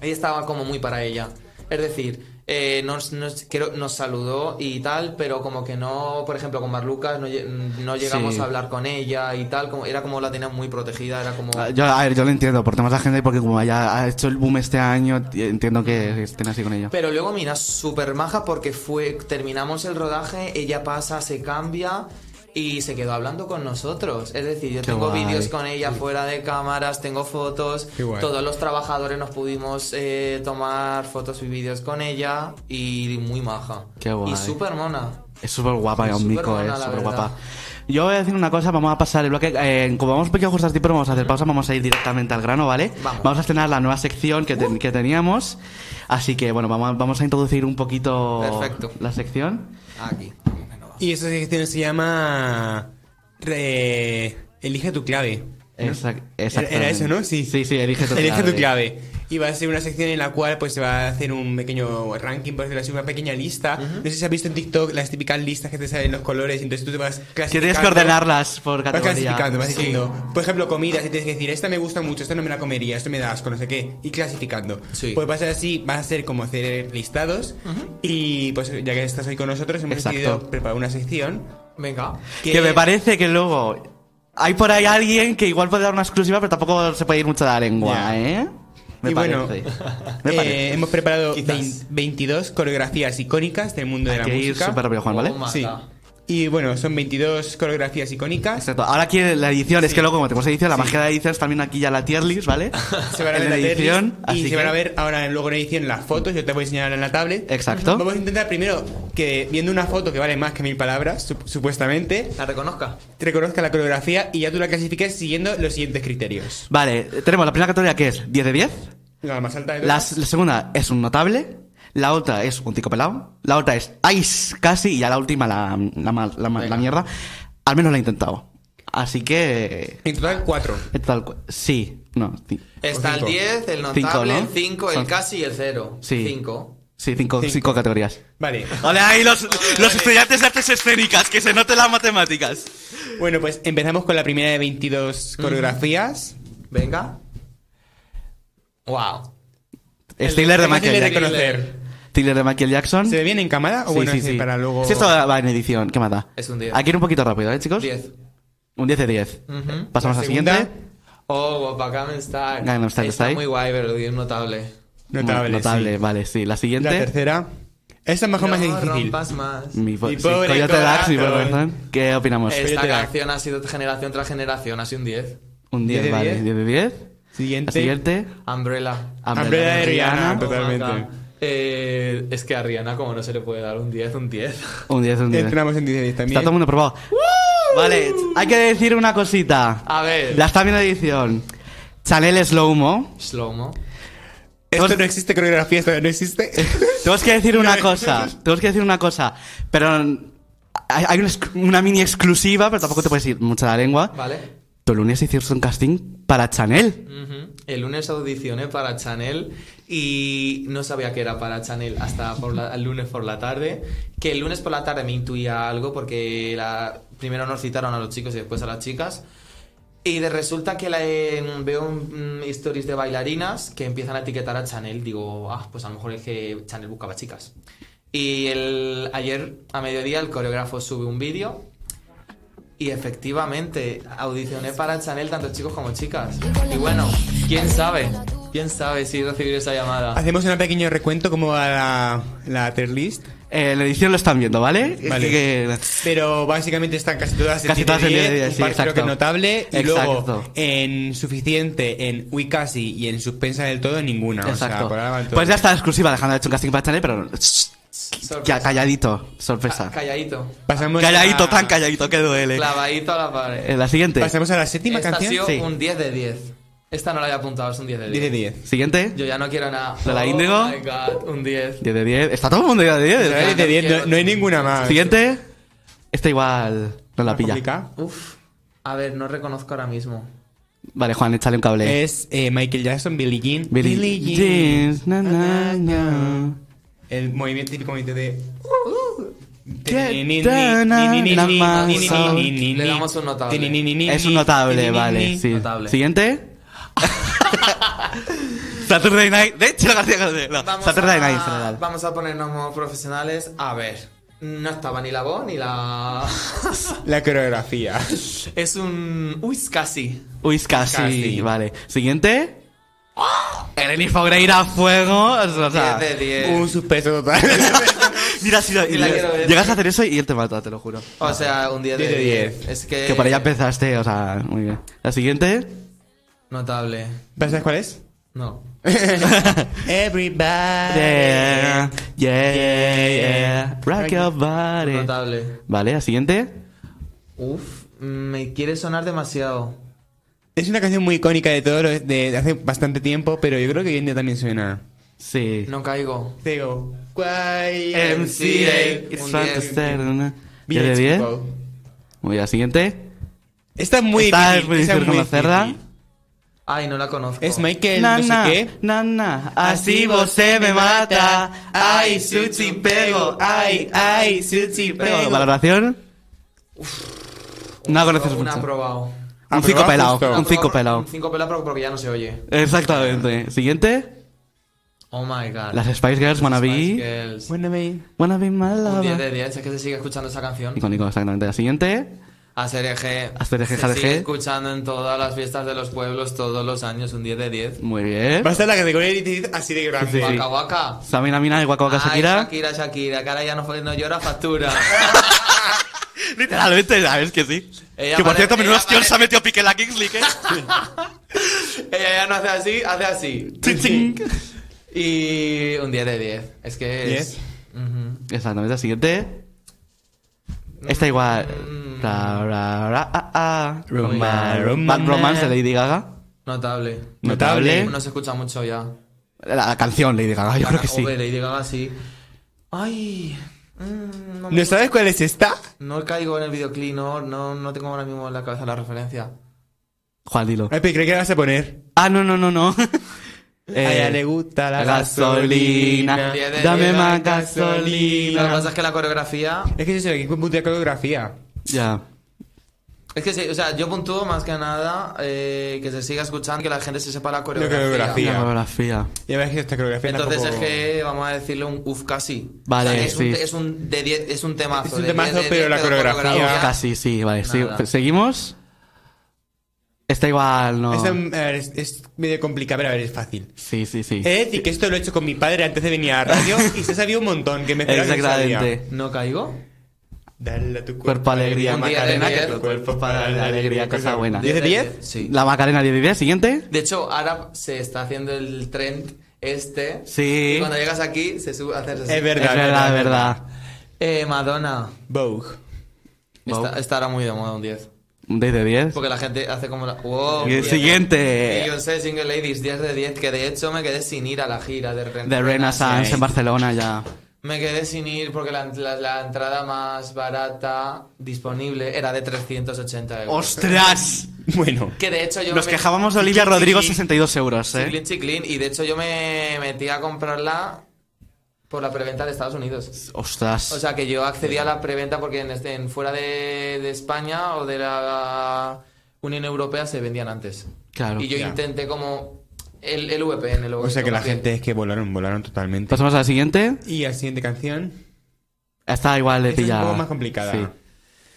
ella estaba como muy para ella. Es decir, eh, nos, nos, creo- nos saludó y tal, pero como que no, por ejemplo, con Marlucas no, lle- no llegamos
Sí.
a hablar con ella y tal. Como, era como la tenía muy protegida, era como...
Ah, Yo, a ver, yo lo entiendo, por temas de agenda y porque como haya ha hecho el boom este año, t- entiendo que estén así con ello.
Pero luego, mira, súper maja porque fue, terminamos el rodaje, ella pasa, se cambia y se quedó hablando con nosotros. Es decir, yo
Qué
tengo
guay.
vídeos con ella fuera de cámaras, tengo fotos,
Qué guay.
todos los trabajadores nos pudimos eh, tomar fotos y vídeos con ella y muy maja.
Qué guay.
Y súper mona.
Es súper guapa,
Es
un
súper
mico,
buena,
es
la
súper
verdad.
guapa. Yo voy a decir una cosa, vamos a pasar el bloque. eh, como vamos poquito justos de tiempo, vamos a hacer pausa, vamos a ir directamente al grano, ¿vale?
Vamos.
a estrenar la nueva sección que, ten- que teníamos. Así que, bueno, vamos a, vamos a introducir un poquito
Perfecto.
la sección.
Aquí.
Y esa sección se llama. Re- Elige tu clave. ¿no?
Exact-
¿Eh? Era- Era eso, ¿no? Sí.
Sí, sí, elige tu
Elige
clave.
tu clave. Y va a ser una sección en la cual pues se va a hacer un pequeño ranking, por decirlo así, una pequeña lista. No sé si has visto en TikTok las típicas listas que te salen los colores, entonces tú te vas clasificando.
Que tienes que ordenarlas por
Vas
categoría.
clasificando, vas
Sí.
diciendo, por ejemplo, comidas, y tienes que decir, esta me gusta mucho, esta no me la comería, esto me da asco, no sé qué, y clasificando.
Sí.
Pues va a ser así, va a ser como hacer listados, y pues ya que estás hoy con nosotros, hemos
Exacto.
decidido preparar una sección.
Venga.
Que... me parece que luego hay por ahí alguien que igual puede dar una exclusiva, pero tampoco se puede ir mucho de la lengua,
Ya.
¿eh? Me
Y bueno,
parece.
eh,
me parece.
hemos preparado
Quizás.
20 22 coreografías icónicas del mundo de
Hay
la
que ir
música.
súper rápido, Juan, ¿vale?
Oh,
Sí.
Mata.
Y bueno, son 22 coreografías icónicas.
Exacto. Ahora aquí la edición, es que luego como tenemos edición, la magia de edición es también aquí ya la tier list, ¿vale?
Se van a
En
ver la tier
edición,
list
así
y se
que-
van a ver ahora luego en edición las fotos. Yo te voy a enseñar en la tablet.
Exacto.
Vamos a intentar primero que viendo una foto que vale más que mil palabras, sup- supuestamente,
La reconozca.
te reconozca la coreografía y ya tú la clasifiques siguiendo los siguientes criterios.
Vale, tenemos la primera categoría que es 10 de 10.
La más alta de
La,
todas.
s- la segunda es un notable. La otra es un tico pelado. La otra es ice casi. Y ya la última, la, la, ma- la ma- la mierda. Al menos la he intentado. Así que...
En total, cuatro.
en Tal, cu- sí, no, sí.
Está el
cinco.
10, el notable,
Cinco, ¿no?
el 5, el
Son-
casi y el 0.
Sí.
5.
Sí, cinco,
Cinco.
cinco categorías.
Vale.
Vale, ahí los, los estudiantes de artes escénicas, que se noten las matemáticas.
Bueno, pues empezamos con la primera de 22 coreografías.
Venga. Wow.
Thriller de Michael
El difícil de
Jackson.
reconocer.
Thriller de Michael Jackson.
¿Se ve bien en cámara? O
Sí,
bueno,
sí,
ese
sí.
para luego.
Si esto va en edición, ¿qué mata?
Es un diez.
Aquí ir un poquito rápido, ¿eh, chicos?
10.
Un 10 de 10.
Ujú.
Pasamos
La
a la siguiente.
segunda.
Oh, Gangnam Style.
Gangnam Style está
está
ahí.
muy guay, pero es notable.
Notable.
Notable,
sí.
vale, sí. La siguiente.
La tercera. Esta es mejor
no
más difícil.
rompas más.
Mi po-
Mi
sí,
pobre
Coyote Dax, mi pobre
corazón.
corazón. ¿Qué opinamos?
Eh,
Esta
Coyote Dax.
canción ha sido generación tras generación, ha sido un 10.
un 10,
10 de
vale.
10.
10 de 10. La
Siguiente.
siguiente.
Umbrella.
Umbrella de Rihanna.
Oh my
Totalmente.
God. Eh, es que a Rihanna, como no se le puede dar un 10, un 10.
Un 10, un 10.
Entramos en 10 también.
Está todo el mundo probado. Vale, hay que decir una cosita.
A ver.
La está viendo edición. Chanel Slowmo.
Slow-mo.
Esto no existe coreografía, esto no existe.
Tenemos que decir una cosa. Tenemos que decir una cosa. Pero hay hay una, ex- una mini exclusiva, pero tampoco te puedes ir mucha la lengua.
Vale.
Tu lunes hicieron un casting para Chanel.
Ujú. El lunes audicioné para Chanel y no sabía que era para Chanel hasta por la- el lunes por la tarde. Que el lunes por la tarde me intuía algo porque la- primero nos citaron a los chicos y después a las chicas. Y de resulta que la, en- veo un- mm, stories de bailarinas que empiezan a etiquetar a Chanel. Digo, ah, pues a lo mejor es que Chanel buscaba chicas. Y el, ayer a mediodía el coreógrafo sube un vídeo Y efectivamente, audicioné para Chanel tanto chicos como chicas. Y bueno, quién sabe, quién sabe si recibir esa llamada.
Hacemos un pequeño recuento como a la, la tier list.
Eh, la edición lo están viendo, ¿vale?
Vale.
Que-
Pero básicamente están casi todas en
Casi todas en
10,
10,
un
sí,
par creo
exacto.
que notable. Y
Exacto.
luego en suficiente, en uy casi y en suspensa del todo, ninguna. O sea,
Exacto.
por ahora van todas.
pues ya está la exclusiva, Alejandra ha hecho un casting para Chanel, pero... Ya,
Sorpresa. Ah,
calladito, sorpresa.
Calladito.
Pasamos
Calladito,
a-
tan calladito que duele.
Clavadito a la pared.
Eh, La siguiente.
Pasamos a la séptima
Esta
canción.
ha sido
Sí.
un 10 de 10. Esta no la había apuntado, es un 10 de 10.
10 de 10.
Siguiente.
Yo ya no quiero nada.
¿De la
Oh
Índigo?
my God, un 10.
10 de 10. Está todo el mundo ya de 10.
Ya,
10 de 10, no, no hay ninguna más.
Siguiente. Esta igual no la
Más
pilla.
complicada.
Uf. A ver, no reconozco ahora mismo.
Vale, Juan, échale un cable.
Es eh, Michael Jackson, Billie Jean.
Billie
Jean.
Jeans, na, na, na.
El movimiento típico movimiento de. uh,
Get down on the mountain.
Le damos un notable.
Es un notable, vale. sí.
Notable.
Siguiente. Saturday Night. De hecho, García García. No, Saturday Night en
a,
general.
vamos a ponernos modo profesionales. A ver. No estaba ni la voz ni la.
La coreografía.
es un. Uy, es casi.
Uy, es casi.
Casi.
Vale. Siguiente. Eleni Fogreira a fuego. O sea,
10 de 10.
un suspenso total.
mira, si la-
Sí, la quiero ver.
llegas a hacer eso y él te mata, te lo juro.
O sea, un 10 de
10 de
10.
10.
Es que.
Que para allá empezaste, o sea, muy bien. La siguiente.
Notable.
¿Vas a saber cuál es?
No.
Yeah,
Everybody.
yeah, yeah. Rock your body.
Notable.
Vale, la siguiente.
Uf. Me quiere sonar demasiado.
Es una canción muy icónica de todo lo- de, de hace bastante tiempo, pero yo creo que hoy en día también suena.
Sí.
No caigo.
Te digo, guay.
MCA,
It's
un
fun
10.
to start on a-
Village
¿Ya de 10?
People.
Muy bien, la siguiente.
Esta es muy
Está
difícil.
muy
esa
difícil conocerla.
difícil.
Ay, no la conozco.
Es Michael, no
Nana,
sé qué.
nana, así vos se me mata. Ay, sushi pego, ay, ay, sushi pego. Valoración. No conoces
Un
mucho.
aprobado.
Un
Aprobado
Ah,
5 pelado,
justo.
un 5 pelado.
Un 5 pelado pero porque ya no se oye.
Exactamente. Siguiente.
Oh my god.
Las Spice Girls Wanna
Spice
Be.
Girls.
Bueno, me-
Wanna Be My
Un 10
Lover.
de 10, es que se sigue escuchando esa canción.
Icónico, exactamente. La siguiente.
Hacer eje.
Hacer eje,
Se
hacer
sigue
eje.
escuchando en todas las fiestas de los pueblos todos los años, un 10 de 10.
Muy bien.
Va a estar la categoría de Elite así de grande.
Sí, sí.
Waka waka.
Samina Mina de Waka Waka
Ay,
Shakira.
Shakira, Shakira, que ahora ya no, fue- no llora factura.
Literalmente, sabes que sí.
Ella
que por cierto,
parece-
menudo
ella
ostión
parece-
se ha metido pique en la Kingsley, ¿eh?
Ella ya no hace así, hace así.
Ching, ching.
Y un 10 de 10. Es que es.
10.
Ujú.
Exactamente, la siguiente. Esta igual.
Mm.
Ra, ra, ra, ah, ah.
Roma,
Bad
Roma.
Bad Romance de Lady Gaga.
Notable.
Notable.
No se escucha mucho ya.
La, la canción Lady Gaga, yo creo que sí.
Hombre, Lady Gaga sí. Ay. mm, no, me-
¿No sabes cuál es esta?
no caigo en el videoclip, no, no, no tengo ahora mismo en la cabeza la referencia.
Juan, dilo.
Ay, pero creo que la vas a poner.
Ah, no, no, no, no. Eh,
a ella le gusta la
gasolina.
gasolina.
Diez de
Dame
diez,
más
la
gasolina.
Lo que pasa es que la coreografía.
Es que eso, aquí punto coreografía.
Ya.
Es que, sí, o sea, yo puntúo más que nada eh, que se siga escuchando, que la gente se sepa la coreografía.
coreografía.
La coreografía.
Ya ves que esta coreografía
Entonces
tampoco-
es que vamos a decirle un uf casi.
Vale,
O sea, es, un,
sí.
es un de 10, es un temazo.
Es un
de
temazo,
10, de
pero
10,
la coreografía-
Casi, Ah, sí, vale. sí.
Ah.
Pues,
Nada.
Seguimos. Esta igual, no.
Esta, a ver, es, es medio complicado, pero a ver, es fácil.
Sí, sí, sí.
Es decir, que esto lo he hecho con mi padre antes de venir a la radio y se sabía un montón que me esperaba que no sabía.
Exactamente.
¿No caigo?
Dale a tu
Cuerpo alegría,
Un día
Macarena,
de
que
diez.
tu cuerpo para darle alegría, cosa buena.
¿Diez de diez?
Sí.
La Macarena 10 de 10, siguiente.
De hecho, ahora se está haciendo el trend este.
Sí.
Y cuando llegas aquí, se sube a hacer así.
Es verdad,
es verdad, es verdad.
Eh, Madonna.
Vogue.
Wow.
Está, estará muy de moda un 10.
Un 10 de 10.
Porque la gente hace como la. ¡Wow!
Y el siguiente.
Y yo sé, Single Ladies, 10 de 10. Que de hecho me quedé sin ir a la gira de Ren
De Renaissance
Sí.
en Barcelona ya.
Me quedé sin ir porque la, la- la entrada más barata disponible era de 380 euros.
¡Ostras!
Bueno.
Que de hecho yo.
Nos
me-
quejábamos de Olivia Rodrigo,
Chiquilín,
62 euros,
Chiclin,
¿eh?
chiclin. Y de hecho yo me metí a comprarla por la preventa de Estados Unidos. O
¡Ostras!
sea que yo accedí a la preventa porque en, este- en fuera de, de España o de la Unión Europea se vendían antes.
Claro,
Y yo
ya.
intenté como el, el VPN. luego
O sea que la
como
gente es que volaron, volaron totalmente.
Pasamos a la siguiente.
Y la siguiente canción.
Está igual de
Esta es un
pillada.
poco más complicada.
Sí.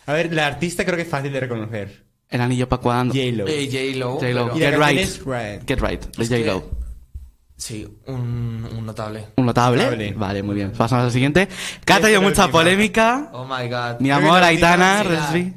A A ver, la artista creo que es fácil de reconocer.
El anillo para cuando.
J-Lo.
Eh, J-Lo.
J-Lo.
pero-
Y la
Get
canción
Right.
es Right.
Get Right, de
Es que-
J-Lo.
Sí, un, un notable.
Un notable.
Notable.
Vale, muy bien. Pasamos al siguiente. Que ha traído
la
mucha
última.
polémica.
Oh my god.
Mi
Creo que
amor,
la
Aitana,
última, sí,
Resby.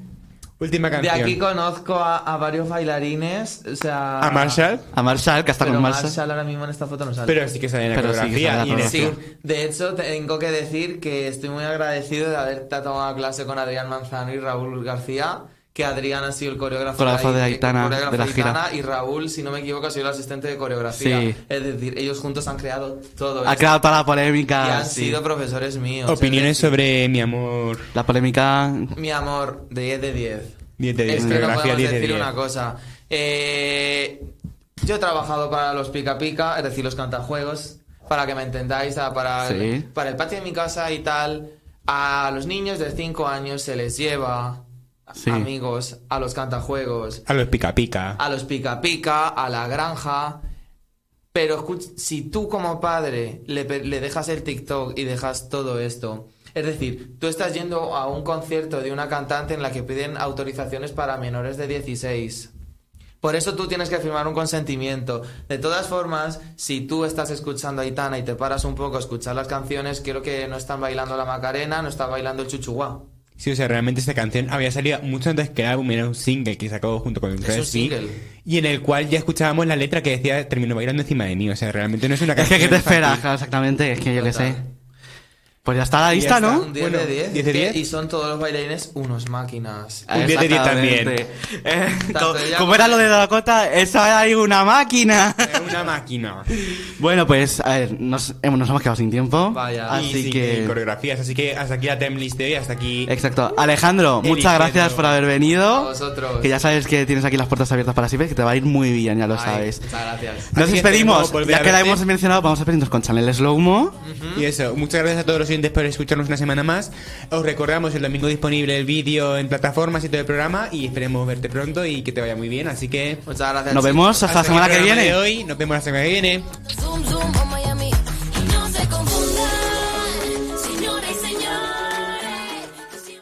Última
De
canción.
aquí conozco a, a varios bailarines. O sea.
A Marshall.
A Marshall, que está
Pero
con Marshall.
Marshall ahora mismo en esta foto no sale.
Pero sí que sale en la
Pero sí que
coreografía.
sale en la
y en este, el
Sí,
coreografía.
tour.
de hecho tengo que decir que estoy muy agradecido de haber tomado clase con Adrián Manzano y Raúl García, que Adrián ha sido el coreógrafo,
Coreógrafo de
Ai-
Aitana,
el coreógrafo
de la gira.
Aitana, y Raúl, si no me equivoco, ha sido el asistente de coreografía.
Sí.
Es decir, ellos juntos han creado todo
Ha
esto,
creado toda la
y
polémica.
han
sí.
sido profesores míos.
Opiniones
Es decir,
sobre mi amor.
La polémica.
Mi amor, de 10 de 10.
10 de 10.
Es que no
coreografía
podemos
10 de
decir
10.
una cosa. Eh, yo he trabajado para los Pica Pica, es decir, los cantajuegos, para que me entendáis, ah, para, el-
Sí.
para el patio de mi casa y tal. A los niños de 5 años se les lleva,
Sí.
amigos, a los cantajuegos,
A los pica pica.
a los Pica Pica, a la granja. Pero escuch- si tú como padre le, pe- le dejas el TikTok y dejas todo esto, es decir, tú estás yendo a un concierto de una cantante en la que piden autorizaciones para menores de 16. Por eso tú tienes que firmar un consentimiento. De todas formas, si tú estás escuchando a Aitana y te paras un poco a escuchar las canciones, creo que no están bailando la Macarena, no están bailando el Chuchuá.
Sí, o sea, realmente esta canción había salido mucho antes que el álbum, era un single que sacó junto con el
Es un
Resby,
single.
Y en el cual ya escuchábamos la letra que decía terminó bailando encima de mí. O sea, realmente no es una
Es
canción.
que, ¿qué te
infantil.
esperas? Claro, exactamente. Es que yo qué sé.
Total.
Pues ya está la lista,
está.
¿no?
Un 10 de
Bueno,
10.
10 de
que-
10.
Y son todos los bailarines unos máquinas.
Un 10 de 10 también.
Exactamente. Eh,
Tanto
co-
ella
como era lo de Dakota, esa hay una máquina.
Es una máquina.
Bueno, pues a ver, nos, hemos- nos hemos quedado sin tiempo.
Vaya.
Y
Así
sin
que.
coreografías. Así que hasta aquí la timelist de hoy, hasta aquí.
Exacto. Alejandro,
Eligiendo.
muchas gracias por haber
A
venido.
vosotros.
Que ya sabes que tienes aquí las puertas abiertas para siempre, que te va a ir muy bien, ya lo
Ay,
sabes.
Muchas gracias.
Nos
Así que
despedimos.
esperemos volver
Ya
a
que la
verte.
hemos mencionado, vamos a despedirnos con Chanel Slowmo.
Y eso, muchas gracias a todos los oyentes por escucharnos una semana más. Os recordamos el domingo disponible el vídeo en plataformas y todo el programa. Y esperemos verte pronto y que te vaya muy bien. Así que.
Muchas gracias.
Nos
chicos.
vemos hasta la
aquí el
semana que
programa de
viene.
hoy. Nos vemos la semana que viene.
Zoom, zoom, oh.